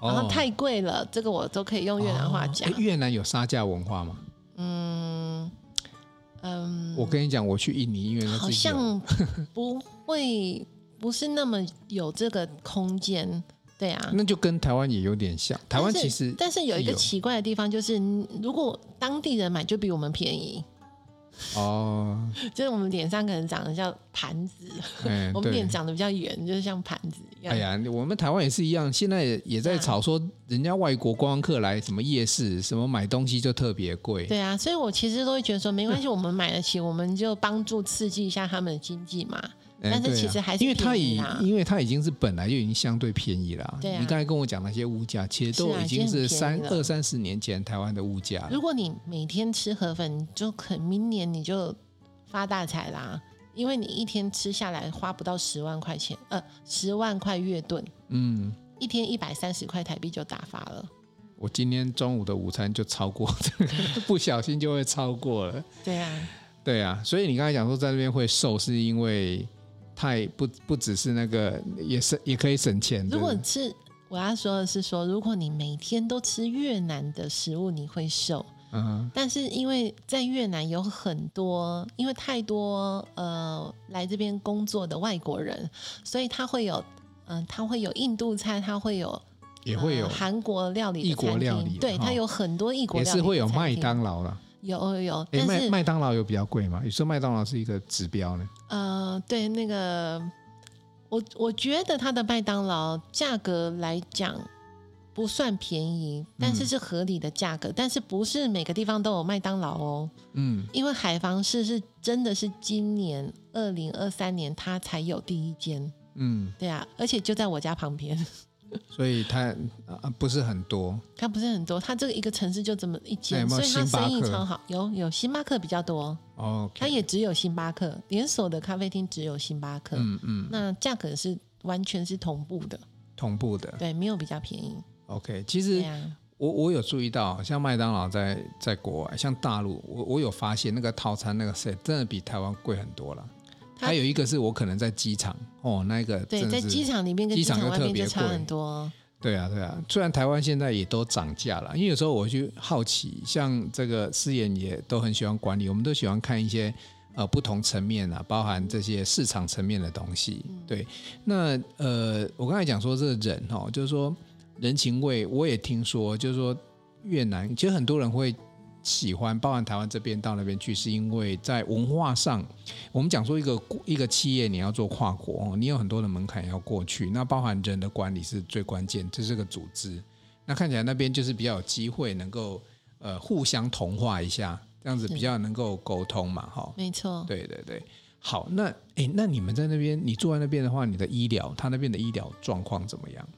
[SPEAKER 2] 然后太贵了，这个我都可以用越南话讲
[SPEAKER 1] 哦。诶越南有杀价文化吗？
[SPEAKER 2] 嗯嗯，
[SPEAKER 1] 我跟你讲，我去印尼，因为那是
[SPEAKER 2] 好
[SPEAKER 1] 有
[SPEAKER 2] 像不会，不是那么有这个空间。对啊，
[SPEAKER 1] 那就跟台湾也有点像。台湾
[SPEAKER 2] 但
[SPEAKER 1] 其
[SPEAKER 2] 是
[SPEAKER 1] 实
[SPEAKER 2] 但是有一个
[SPEAKER 1] 有
[SPEAKER 2] 奇怪的地方，就是如果当地人买就比我们便宜，
[SPEAKER 1] 哦，
[SPEAKER 2] 就是我们脸上可能长得像盘子，
[SPEAKER 1] 哎，
[SPEAKER 2] 我们
[SPEAKER 1] 对
[SPEAKER 2] 脸，长得比较圆，就是像盘子一样。
[SPEAKER 1] 哎呀，我们台湾也是一样，现在也也在
[SPEAKER 2] 啊
[SPEAKER 1] 吵说，人家外国观光客来什么夜市，什么买东西就特别贵。
[SPEAKER 2] 对啊，所以我其实都会觉得说，没关系，我们买得起，我们就帮助刺激一下他们的经济嘛。
[SPEAKER 1] 哎
[SPEAKER 2] 但是
[SPEAKER 1] 对
[SPEAKER 2] 其实
[SPEAKER 1] 啊
[SPEAKER 2] 还是
[SPEAKER 1] 因为它
[SPEAKER 2] 便宜
[SPEAKER 1] 已
[SPEAKER 2] 啦
[SPEAKER 1] 因为它已经是本来就已经相对便宜啦。
[SPEAKER 2] 对啊
[SPEAKER 1] 你刚才跟我讲那些物价，其实
[SPEAKER 2] 是
[SPEAKER 1] 都
[SPEAKER 2] 啊
[SPEAKER 1] 已
[SPEAKER 2] 已
[SPEAKER 1] 经
[SPEAKER 2] 经
[SPEAKER 1] 是
[SPEAKER 2] 很便
[SPEAKER 1] 三
[SPEAKER 2] 宜了
[SPEAKER 1] 二三十年前台湾的物价了。
[SPEAKER 2] 如果你每天吃河粉，你就可明年你就发大财啦，因为你一天吃下来花不到十万块钱，呃，十万块月盾，
[SPEAKER 1] 嗯，
[SPEAKER 2] 一天一百三十块台币就打发了。
[SPEAKER 1] 我今天中午的午餐就超过， 不小心就会超过了。
[SPEAKER 2] 对啊，
[SPEAKER 1] 对啊，所以你刚才讲说在这边会瘦，是因为太不不只是那个也省也可以省钱。
[SPEAKER 2] 如果
[SPEAKER 1] 对不对
[SPEAKER 2] 吃，我要说的是说，如果你每天都吃越南的食物，你会瘦。
[SPEAKER 1] 嗯哼
[SPEAKER 2] 但是因为在越南有很多，因为太多呃来这边工作的外国人，所以他会有嗯、他会有印度菜，他会有
[SPEAKER 1] 也会有
[SPEAKER 2] 呃，韩国料理的
[SPEAKER 1] 异国
[SPEAKER 2] 餐厅
[SPEAKER 1] 料理
[SPEAKER 2] 对，
[SPEAKER 1] 哈
[SPEAKER 2] 他有很多异国
[SPEAKER 1] 也
[SPEAKER 2] 料理
[SPEAKER 1] 是会有
[SPEAKER 2] 的餐
[SPEAKER 1] 麦
[SPEAKER 2] 厅
[SPEAKER 1] 当劳啦。
[SPEAKER 2] 有有有，
[SPEAKER 1] 诶，
[SPEAKER 2] 但
[SPEAKER 1] 麦
[SPEAKER 2] 是
[SPEAKER 1] 麦当劳有比较贵吗？你说麦当劳是一个指标呢？
[SPEAKER 2] 呃，对那个我我觉得他的麦当劳价格来讲。不算便宜，但
[SPEAKER 1] 嗯
[SPEAKER 2] 是是合理的价格，但是不是每个地方都有麦当劳哦。
[SPEAKER 1] 嗯，
[SPEAKER 2] 因为海防市是真的是今年二零二三年它才有第一间，
[SPEAKER 1] 嗯，
[SPEAKER 2] 对啊，而且就在我家旁边，
[SPEAKER 1] 所以它啊不是很多，
[SPEAKER 2] 它不是很多，它这个一个城市就这么
[SPEAKER 1] 那
[SPEAKER 2] 一
[SPEAKER 1] 有
[SPEAKER 2] 间，
[SPEAKER 1] 没有
[SPEAKER 2] 所以它
[SPEAKER 1] 星巴
[SPEAKER 2] 生意
[SPEAKER 1] 克
[SPEAKER 2] 超好。有有星巴克比较多，
[SPEAKER 1] 哦，
[SPEAKER 2] 它也只有星巴克，连锁的咖啡厅只有星巴克，
[SPEAKER 1] 嗯嗯，
[SPEAKER 2] 那价格是完全是同步的，
[SPEAKER 1] 同步的。
[SPEAKER 2] 对，没有比较便宜，
[SPEAKER 1] OK，其
[SPEAKER 2] 对
[SPEAKER 1] 实
[SPEAKER 2] 啊，
[SPEAKER 1] 我我有注意到，啊像麦当劳在在国外，像大陆，我我有发现那个套餐那个 set 真的比台湾贵很多了。
[SPEAKER 2] 它
[SPEAKER 1] 还有一个是我可能在机场哦，那个
[SPEAKER 2] 对，
[SPEAKER 1] 真的
[SPEAKER 2] 在
[SPEAKER 1] 是
[SPEAKER 2] 机场里面跟
[SPEAKER 1] 机
[SPEAKER 2] 机
[SPEAKER 1] 场
[SPEAKER 2] 场
[SPEAKER 1] 又
[SPEAKER 2] 外
[SPEAKER 1] 特
[SPEAKER 2] 面就
[SPEAKER 1] 别
[SPEAKER 2] 差
[SPEAKER 1] 贵
[SPEAKER 2] 很多，
[SPEAKER 1] 对啊，对啊，虽然台湾现在也都涨价了，因为有时候我去好奇，像这个思妍也都很喜欢管理，我们都喜欢看一些呃不同层面啊，包含这些市场层面的东西。对，那呃，我刚才讲说这个人哦，就是说人情味，我也听说，就是说越南其实很多人会喜欢，包含台湾这边到那边去，是因为在文化上，我们讲说一个一个企业你要做跨国，哦你有很多的门槛要过去，那包含人的管理是最关键，这是个组织。那看起来那边就是比较有机会能够呃互相同化一下，这样子
[SPEAKER 2] 是
[SPEAKER 1] 比较能够沟通嘛，哈、
[SPEAKER 2] 没错。
[SPEAKER 1] 对对对，好，那诶，那你们在那边，你住在那边的话，你的医疗，他那边的医疗状况怎么样？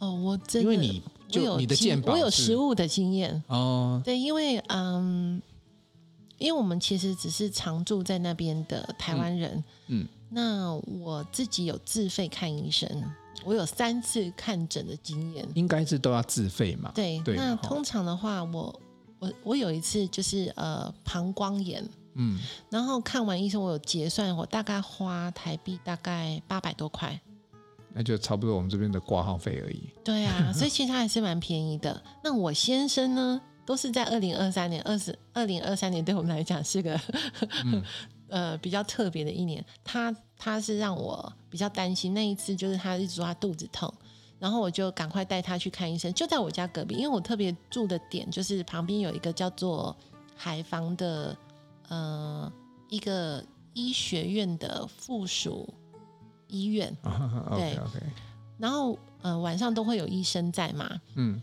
[SPEAKER 2] 哦，我真的，
[SPEAKER 1] 因为你
[SPEAKER 2] 我
[SPEAKER 1] 就
[SPEAKER 2] 有
[SPEAKER 1] 你的
[SPEAKER 2] 经
[SPEAKER 1] 健保
[SPEAKER 2] 我有
[SPEAKER 1] 是
[SPEAKER 2] 食物的经验，
[SPEAKER 1] 哦，
[SPEAKER 2] 对，因为嗯，因为我们其实只是常住在那边的台湾人，
[SPEAKER 1] 嗯嗯
[SPEAKER 2] 那我自己有自费看医生，我有三次看诊的经验。
[SPEAKER 1] 应该是都要自费嘛。
[SPEAKER 2] 对，
[SPEAKER 1] 对
[SPEAKER 2] 那
[SPEAKER 1] 嘛哈
[SPEAKER 2] 通常的话，我我我有一次就是呃膀胱炎，
[SPEAKER 1] 嗯，
[SPEAKER 2] 然后看完医生，我有结算，我大概花台币大概八百多块。
[SPEAKER 1] 那就差不多我们这边的挂号费而已。
[SPEAKER 2] 对啊，所以其实它还是蛮便宜的。那我先生呢，都是在二零二三年，二十二零二三年对我们来讲是个、 呃比较特别的一年。他他是让我比较担心，那一次就是他一直说他肚子痛，然后我就赶快带他去看医生，就在我家隔壁，因为我特别住的点就是旁边有一个叫做海防的呃一个医学院的附属医院，
[SPEAKER 1] 啊，OK OK，
[SPEAKER 2] 然后呃晚上都会有医生在嘛，
[SPEAKER 1] 嗯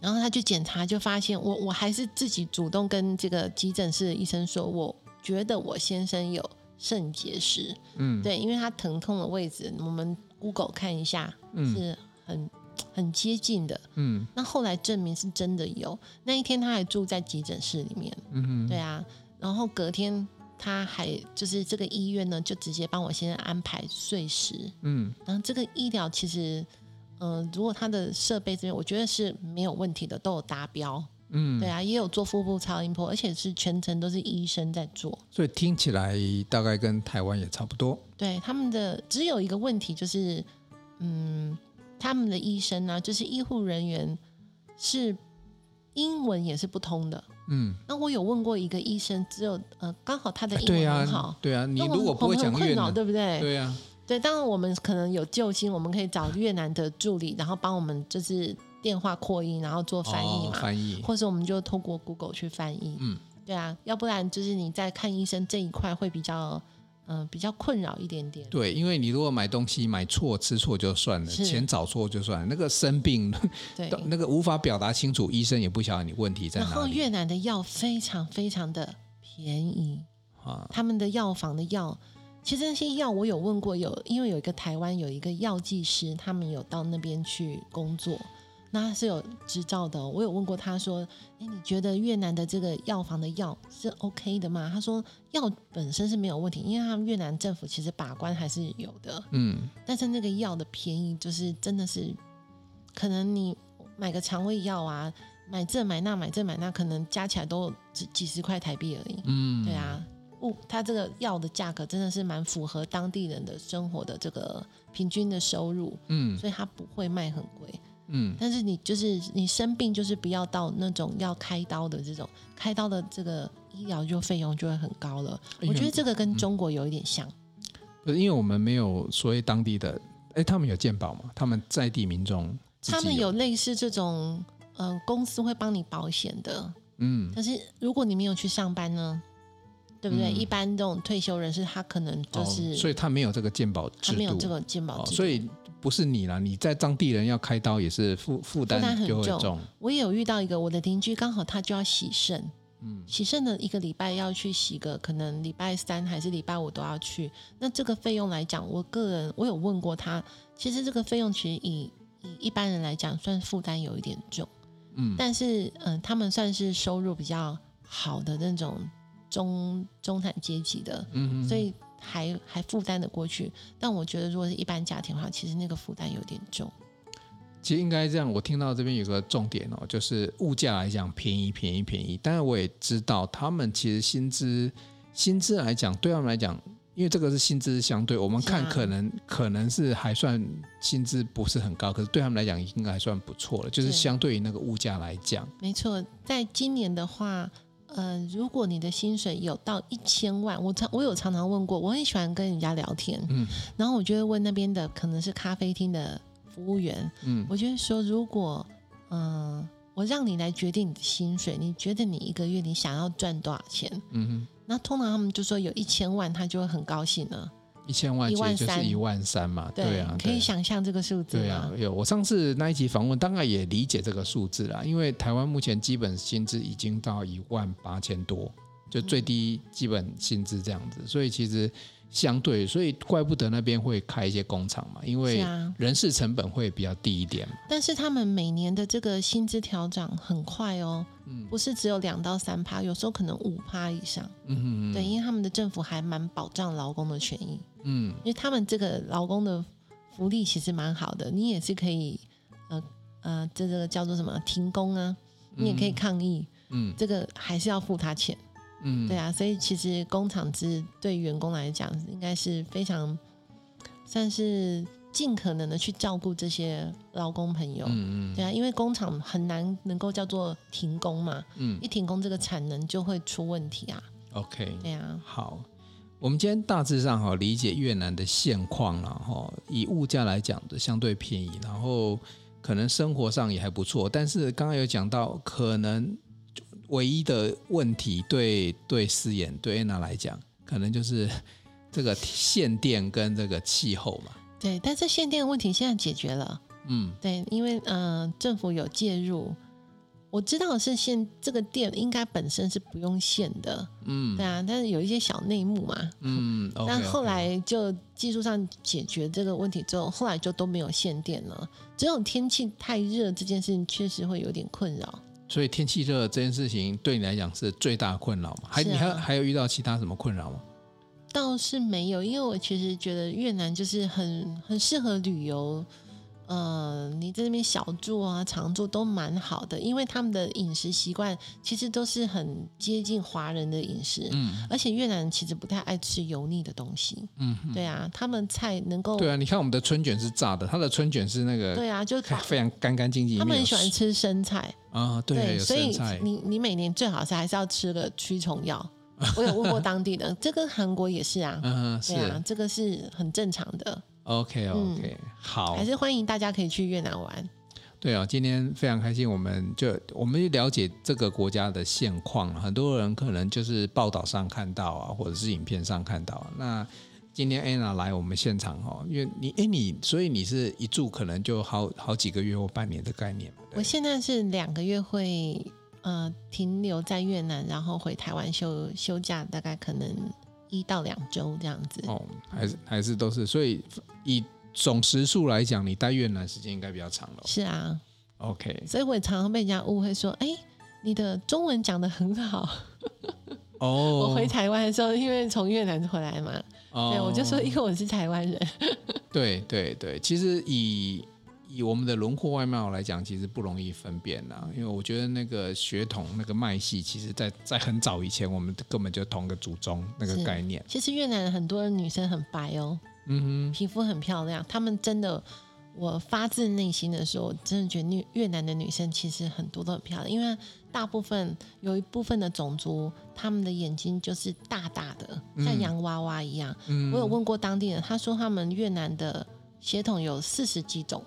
[SPEAKER 2] 然后他去检查，就发现我我还是自己主动跟这个急诊室的医生说，我觉得我先生有肾结石，
[SPEAKER 1] 嗯，
[SPEAKER 2] 对，因为他疼痛的位置，我们 Google 看一下，
[SPEAKER 1] 嗯
[SPEAKER 2] 是很很接近的。
[SPEAKER 1] 嗯
[SPEAKER 2] 那后来证明是真的有，那一天他还住在急诊室里面，
[SPEAKER 1] 嗯嗯，
[SPEAKER 2] 对啊，然后隔天他还就是这个医院呢，就直接帮我先安排碎石。
[SPEAKER 1] 嗯
[SPEAKER 2] 然后这个医疗其实，嗯、如果他的设备这边，我觉得是没有问题的，都有达标。
[SPEAKER 1] 嗯
[SPEAKER 2] 对，啊，也有做腹部超音波，而且是全程都是医生在做。
[SPEAKER 1] 所以听起来大概跟台湾也差不多。
[SPEAKER 2] 对他们的只有一个问题就是，嗯，他们的医生呢、就是医护人员是英文也是不通的。
[SPEAKER 1] 嗯，
[SPEAKER 2] 那我有问过一个医生，只有呃，刚好他的英
[SPEAKER 1] 对
[SPEAKER 2] 文
[SPEAKER 1] 呀、
[SPEAKER 2] 很好。
[SPEAKER 1] 对呀、你
[SPEAKER 2] 那我
[SPEAKER 1] 如
[SPEAKER 2] 们
[SPEAKER 1] 果不会
[SPEAKER 2] 我们
[SPEAKER 1] 讲
[SPEAKER 2] 很
[SPEAKER 1] 越
[SPEAKER 2] 困扰
[SPEAKER 1] 南，
[SPEAKER 2] 对不对？
[SPEAKER 1] 对呀、啊
[SPEAKER 2] 对，当然我们可能有救星，我们可以找越南的助理，然后帮我们就是电话扩音，然后做翻译
[SPEAKER 1] 哦
[SPEAKER 2] 嘛，
[SPEAKER 1] 翻译，
[SPEAKER 2] 或者我们就透过 Google 去翻译。
[SPEAKER 1] 嗯，
[SPEAKER 2] 对啊，要不然就是你在看医生这一块会比较，嗯、比较困扰一点点。
[SPEAKER 1] 对，因为你如果买东西买错、吃错就算了，
[SPEAKER 2] 是
[SPEAKER 1] 钱找错就算了，那个生病
[SPEAKER 2] 对，
[SPEAKER 1] 那个无法表达清楚，医生也不晓得你问题在
[SPEAKER 2] 然
[SPEAKER 1] 哪
[SPEAKER 2] 后
[SPEAKER 1] 里
[SPEAKER 2] 越南的药非常非常的便宜，
[SPEAKER 1] 啊。
[SPEAKER 2] 他们的药房的药，其实那些药我有问过有，因为有一个台湾有一个药剂师，他们有到那边去工作，那他是有执照的哦、我有问过他说，哎，你觉得越南的这个药房的药是 OK 的吗？他说药本身是没有问题，因为他们越南政府其实把关还是有的，
[SPEAKER 1] 嗯，
[SPEAKER 2] 但是那个药的便宜就是真的是，可能你买个肠胃药啊，买这买那买这买那，可能加起来都几几十块台币而已。
[SPEAKER 1] 嗯，
[SPEAKER 2] 对啊，物、它这个药的价格真的是蛮符合当地人的生活的这个平均的收入，
[SPEAKER 1] 嗯
[SPEAKER 2] 所以它不会卖很贵。
[SPEAKER 1] 嗯，
[SPEAKER 2] 但是你就是你生病，就是不要到那种要开刀的这种开刀的这个医疗就费用就会很高了。
[SPEAKER 1] 因为
[SPEAKER 2] 我觉得这个
[SPEAKER 1] 嗯
[SPEAKER 2] 跟中国有一点像，
[SPEAKER 1] 不是因为我们没有所谓当地的，哎，他们有健保嘛？他们在地民众自己
[SPEAKER 2] 他们有类似这种，嗯、公司会帮你保险的，
[SPEAKER 1] 嗯
[SPEAKER 2] 但是如果你没有去上班呢，对不对？
[SPEAKER 1] 嗯
[SPEAKER 2] 一般这种退休人士他可能就是、
[SPEAKER 1] 哦，所以他没有这个健保制
[SPEAKER 2] 他
[SPEAKER 1] 度，
[SPEAKER 2] 没有这个健保
[SPEAKER 1] 哦，
[SPEAKER 2] 制度。
[SPEAKER 1] 所以不是你啦，你在当地人要开刀也是负负
[SPEAKER 2] 负担
[SPEAKER 1] 担
[SPEAKER 2] 很
[SPEAKER 1] 就会
[SPEAKER 2] 重
[SPEAKER 1] 重，
[SPEAKER 2] 我也有遇到一个我的邻居，刚好他就要洗肾，
[SPEAKER 1] 嗯
[SPEAKER 2] 洗肾的一个礼拜要去洗个，可能礼拜三还是礼拜五都要去。那这个费用来讲，我个人我有问过他，其实这个费用其实以以一般人来讲，算负担有一点重，
[SPEAKER 1] 嗯
[SPEAKER 2] 但是嗯、呃他们算是收入比较好的那种中中产阶级的，
[SPEAKER 1] 嗯，
[SPEAKER 2] 所以还还负担的过去。但我觉得，如果是一般家庭的话，其实那个负担有点重。
[SPEAKER 1] 其实应该这样，我听到这边有个重点哦，就是物价来讲便宜便宜便宜，当然我也知道他们其实薪资薪资来讲，对他们来讲，因为这个是薪资相对，我们
[SPEAKER 2] 是啊
[SPEAKER 1] 看可能可能是还算薪资不是很高，可是对他们来讲应该还算不错了，就是
[SPEAKER 2] 对
[SPEAKER 1] 相对于那个物价来讲，
[SPEAKER 2] 没错，在今年的话，呃，如果你的薪水有到一千万，我常我有常常问过，我很喜欢跟人家聊天，
[SPEAKER 1] 嗯
[SPEAKER 2] 然后我就会问那边的可能是咖啡厅的服务员，
[SPEAKER 1] 嗯
[SPEAKER 2] 我就会说，如果嗯、呃我让你来决定你的薪水，你觉得你一个月你想要赚多少钱？
[SPEAKER 1] 嗯
[SPEAKER 2] 那通常他们就说有一千万，他就会很高兴了。
[SPEAKER 1] 哼，一千万其实就是一
[SPEAKER 2] 一
[SPEAKER 1] 万三嘛，
[SPEAKER 2] 对，
[SPEAKER 1] 啊，
[SPEAKER 2] 可
[SPEAKER 1] 对
[SPEAKER 2] 以
[SPEAKER 1] 啊
[SPEAKER 2] 想象这个数字
[SPEAKER 1] 对啊
[SPEAKER 2] 吗？，
[SPEAKER 1] 有我上次那一集访问，大概也理解这个数字啦，因为台湾目前基本薪资已经到一万八千多，就最低基本薪资这样子，所以其实相对，所以怪不得那边会开一些工厂嘛，因
[SPEAKER 2] 是
[SPEAKER 1] 为
[SPEAKER 2] 啊，
[SPEAKER 1] 人事成本会比较低一点嘛。
[SPEAKER 2] 但是他们每年的这个薪资调整很快哦，
[SPEAKER 1] 嗯
[SPEAKER 2] 不是只有两到三趴，有时候可能五趴以上。
[SPEAKER 1] 嗯
[SPEAKER 2] 对，因为他们的政府还蛮保障劳工的权益，
[SPEAKER 1] 嗯
[SPEAKER 2] 因为他们这个劳工的福利其实蛮好的，你也是可以，呃呃，这个叫做什么停工啊，你也可以抗议，
[SPEAKER 1] 嗯
[SPEAKER 2] 这个还是要付他钱。
[SPEAKER 1] 嗯，
[SPEAKER 2] 对啊，所以其实工厂制对员工来讲，应该是非常算是尽可能的去照顾这些劳工朋友。
[SPEAKER 1] 嗯
[SPEAKER 2] 对啊，因为工厂很难能够叫做停工嘛，
[SPEAKER 1] 嗯
[SPEAKER 2] 一停工这个产能就会出问题啊。
[SPEAKER 1] ，OK，
[SPEAKER 2] 对啊，
[SPEAKER 1] 好，我们今天大致上哈理解越南的现况了哈，以物价来讲的相对便宜，然后可能生活上也还不错，但是刚刚有讲到可能唯一的问题对对思妍对 Anna 来讲，可能就是这个限电跟这个气候嘛，
[SPEAKER 2] 对，但是限电问题现在解决了，
[SPEAKER 1] 嗯
[SPEAKER 2] 对，因为呃政府有介入。我知道是限这个电应该本身是不用限的，
[SPEAKER 1] 嗯
[SPEAKER 2] 对啊，但是有一些小内幕嘛，
[SPEAKER 1] 嗯，o
[SPEAKER 2] 但后来就技术上解决这个问题之后，后来就都没有限电了。只有天气太热这件事情确实会有点困扰。
[SPEAKER 1] 所以天气热这件事情对你来讲是最大的困扰嘛？还、
[SPEAKER 2] 是啊
[SPEAKER 1] 你还还有遇到其他什么困扰吗？
[SPEAKER 2] 倒是没有，因为我其实觉得越南就是很很适合旅游。呃，你在那边小住啊、常住都蛮好的，因为他们的饮食习惯其实都是很接近华人的饮食，
[SPEAKER 1] 嗯
[SPEAKER 2] 而且越南人其实不太爱吃油腻的东西。
[SPEAKER 1] 嗯，嗯
[SPEAKER 2] 对啊，他们菜能够
[SPEAKER 1] 对啊，你看我们的春卷是炸的，它的春卷是那个
[SPEAKER 2] 对啊，就
[SPEAKER 1] 看非常干干净净，
[SPEAKER 2] 他们
[SPEAKER 1] 里面有
[SPEAKER 2] 很喜欢吃生菜，
[SPEAKER 1] 啊，对，有
[SPEAKER 2] 所以
[SPEAKER 1] 生菜，
[SPEAKER 2] 你你每年最好是还是要吃个驱虫药。我有问过当地的， 这跟韩国也是啊，
[SPEAKER 1] 嗯，是
[SPEAKER 2] 对啊，这个是很正常的，
[SPEAKER 1] OK OK，好
[SPEAKER 2] 还，是欢迎大家可以去越南玩。
[SPEAKER 1] 对啊，今天非常开心，我们就我们去了解这个国家的现况了。很多人可能就是报道上看到啊，或者是影片上看到、啊。那今天 Anna 来我们现场哦，因为你哎你，所以你是一住可能就好好几个月或半年的概念嘛。
[SPEAKER 2] 我
[SPEAKER 1] 对
[SPEAKER 2] 现在是两个月会呃停留在越南，然后回台湾休休假，大概可能一到两周这样子。
[SPEAKER 1] 哦，还是还是都是，所以以总时数来讲，你待越南时间应该比较长了。
[SPEAKER 2] 是啊，
[SPEAKER 1] OK，
[SPEAKER 2] 所以我也常常被人家误会说，哎、你的中文讲得很好。
[SPEAKER 1] 哦，
[SPEAKER 2] 我回台湾的时候，因为从越南回来嘛，
[SPEAKER 1] 哦，
[SPEAKER 2] 对，我就说因为我是台湾人，
[SPEAKER 1] 对对对，其实以以我们的轮廓外貌来讲，其实不容易分辨啦。因为我觉得那个血统、那个脉系，其实在在很早以前，我们根本就同个祖宗那个
[SPEAKER 2] 是
[SPEAKER 1] 概念。
[SPEAKER 2] 其实越南很多女生很白哦，
[SPEAKER 1] 嗯
[SPEAKER 2] 皮肤很漂亮，她们真的，我发自内心的说，我真的觉得越越南的女生其实很多都很漂亮，因为大部分有一部分的种族，她们的眼睛就是大大的，像洋娃娃一样。
[SPEAKER 1] 哼，嗯
[SPEAKER 2] 我有问过当地人，他说他们越南的血统有四十几种，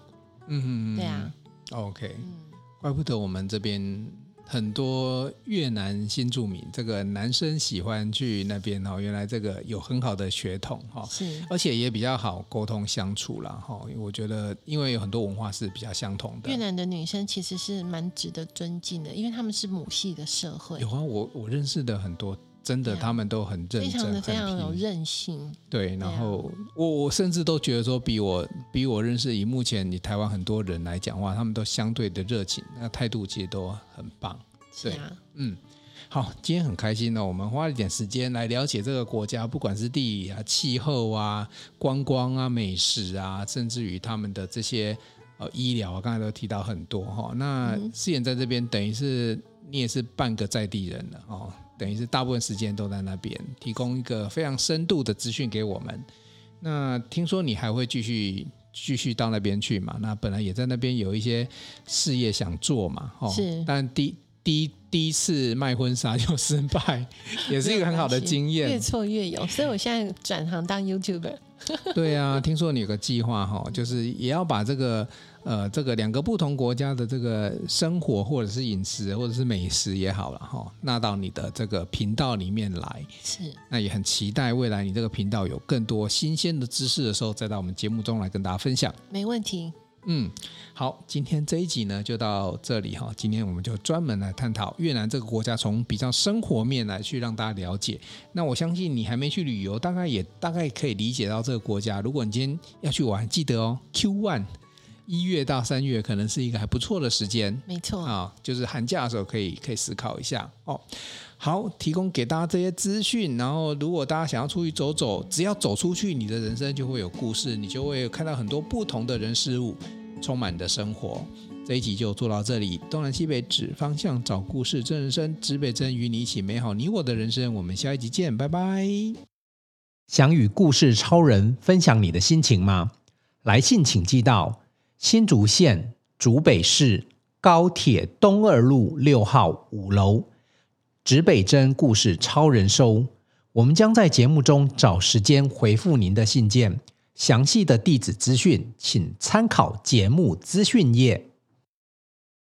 [SPEAKER 1] 嗯嗯，
[SPEAKER 2] 对啊，
[SPEAKER 1] ，OK，
[SPEAKER 2] 嗯，
[SPEAKER 1] 怪不得我们这边。很多越南新住民，这个男生喜欢去那边哦，原来这个有很好的血统哈、哦，
[SPEAKER 2] 是
[SPEAKER 1] 而且也比较好沟通相处啦哈、哦。因为我觉得，因为有很多文化是比较相同的
[SPEAKER 2] 越，南的女生其实是蛮值得尊敬的，因为她们是母系的社会
[SPEAKER 1] 有，啊，我我认识的很多，真的
[SPEAKER 2] 对啊
[SPEAKER 1] 他们都很认
[SPEAKER 2] 非常
[SPEAKER 1] 真，
[SPEAKER 2] 的非常有
[SPEAKER 1] 很拼。
[SPEAKER 2] 韧性，
[SPEAKER 1] 对，
[SPEAKER 2] 对啊
[SPEAKER 1] 然后我我甚至都觉得说，比我比我认识以目前你台湾很多人来讲话，他们都相对的热情，那态度其实都很棒。
[SPEAKER 2] 是啊，
[SPEAKER 1] 嗯，好，今天很开心哦，我们花了一点时间来了解这个国家，不管是地理啊、气候啊、观光啊、美食啊，甚至于他们的这些呃医疗啊，刚才都提到很多哈、那饰演在这边，等于是你也是半个在地人了哦，等于是大部分时间都在那边，提供一个非常深度的资讯给我们。那听说你还会继续。继续到那边去嘛？那本来也在那边有一些事业想做嘛，哦，
[SPEAKER 2] 是
[SPEAKER 1] 但第第一第一次卖婚纱就失败，也是一个很好的经
[SPEAKER 2] 越
[SPEAKER 1] 验。
[SPEAKER 2] 挫越勇，所以我现在转行当 YouTuber，
[SPEAKER 1] 对啊，听说你有个计划哈，就是也要把这个呃这个两个不同国家的这个生活或者是饮食或者是美食也好了哈，纳到你的这个频道里面来。
[SPEAKER 2] 是
[SPEAKER 1] 那也很期待未来你这个频道有更多新鲜的知识的时候，再到我们节目中来跟大家分享。
[SPEAKER 2] 没问题。
[SPEAKER 1] 嗯，好，今天这一集呢就到这里哈。今天我们就专门来探讨越南这个国家，从比较生活面来去让大家了解。那我相信你还没去旅游，大概也大概可以理解到这个国家。如果你今天要去玩，记得哦，Q one 一月到三月可能是一个还不错的时间。
[SPEAKER 2] 没错，
[SPEAKER 1] 啊，就是寒假的时候可以可以思考一下哦。好，提供给大家这些资讯，然后如果大家想要出去走走，只要走出去，你的人生就会有故事，你就会看到很多不同的人事物，充满你的生活。这一集就做到这里，东南西北指方向，找故事，真人生，指北针与你一起美好你我的人生。我们下一集见，拜拜。
[SPEAKER 3] 想与故事超人分享你的心情吗？来信请寄到新竹县竹北市高铁东二路六号五楼，指北针故事超人收。我们将在节目中找时间回复您的信件，详细的地址资讯请参考节目资讯页。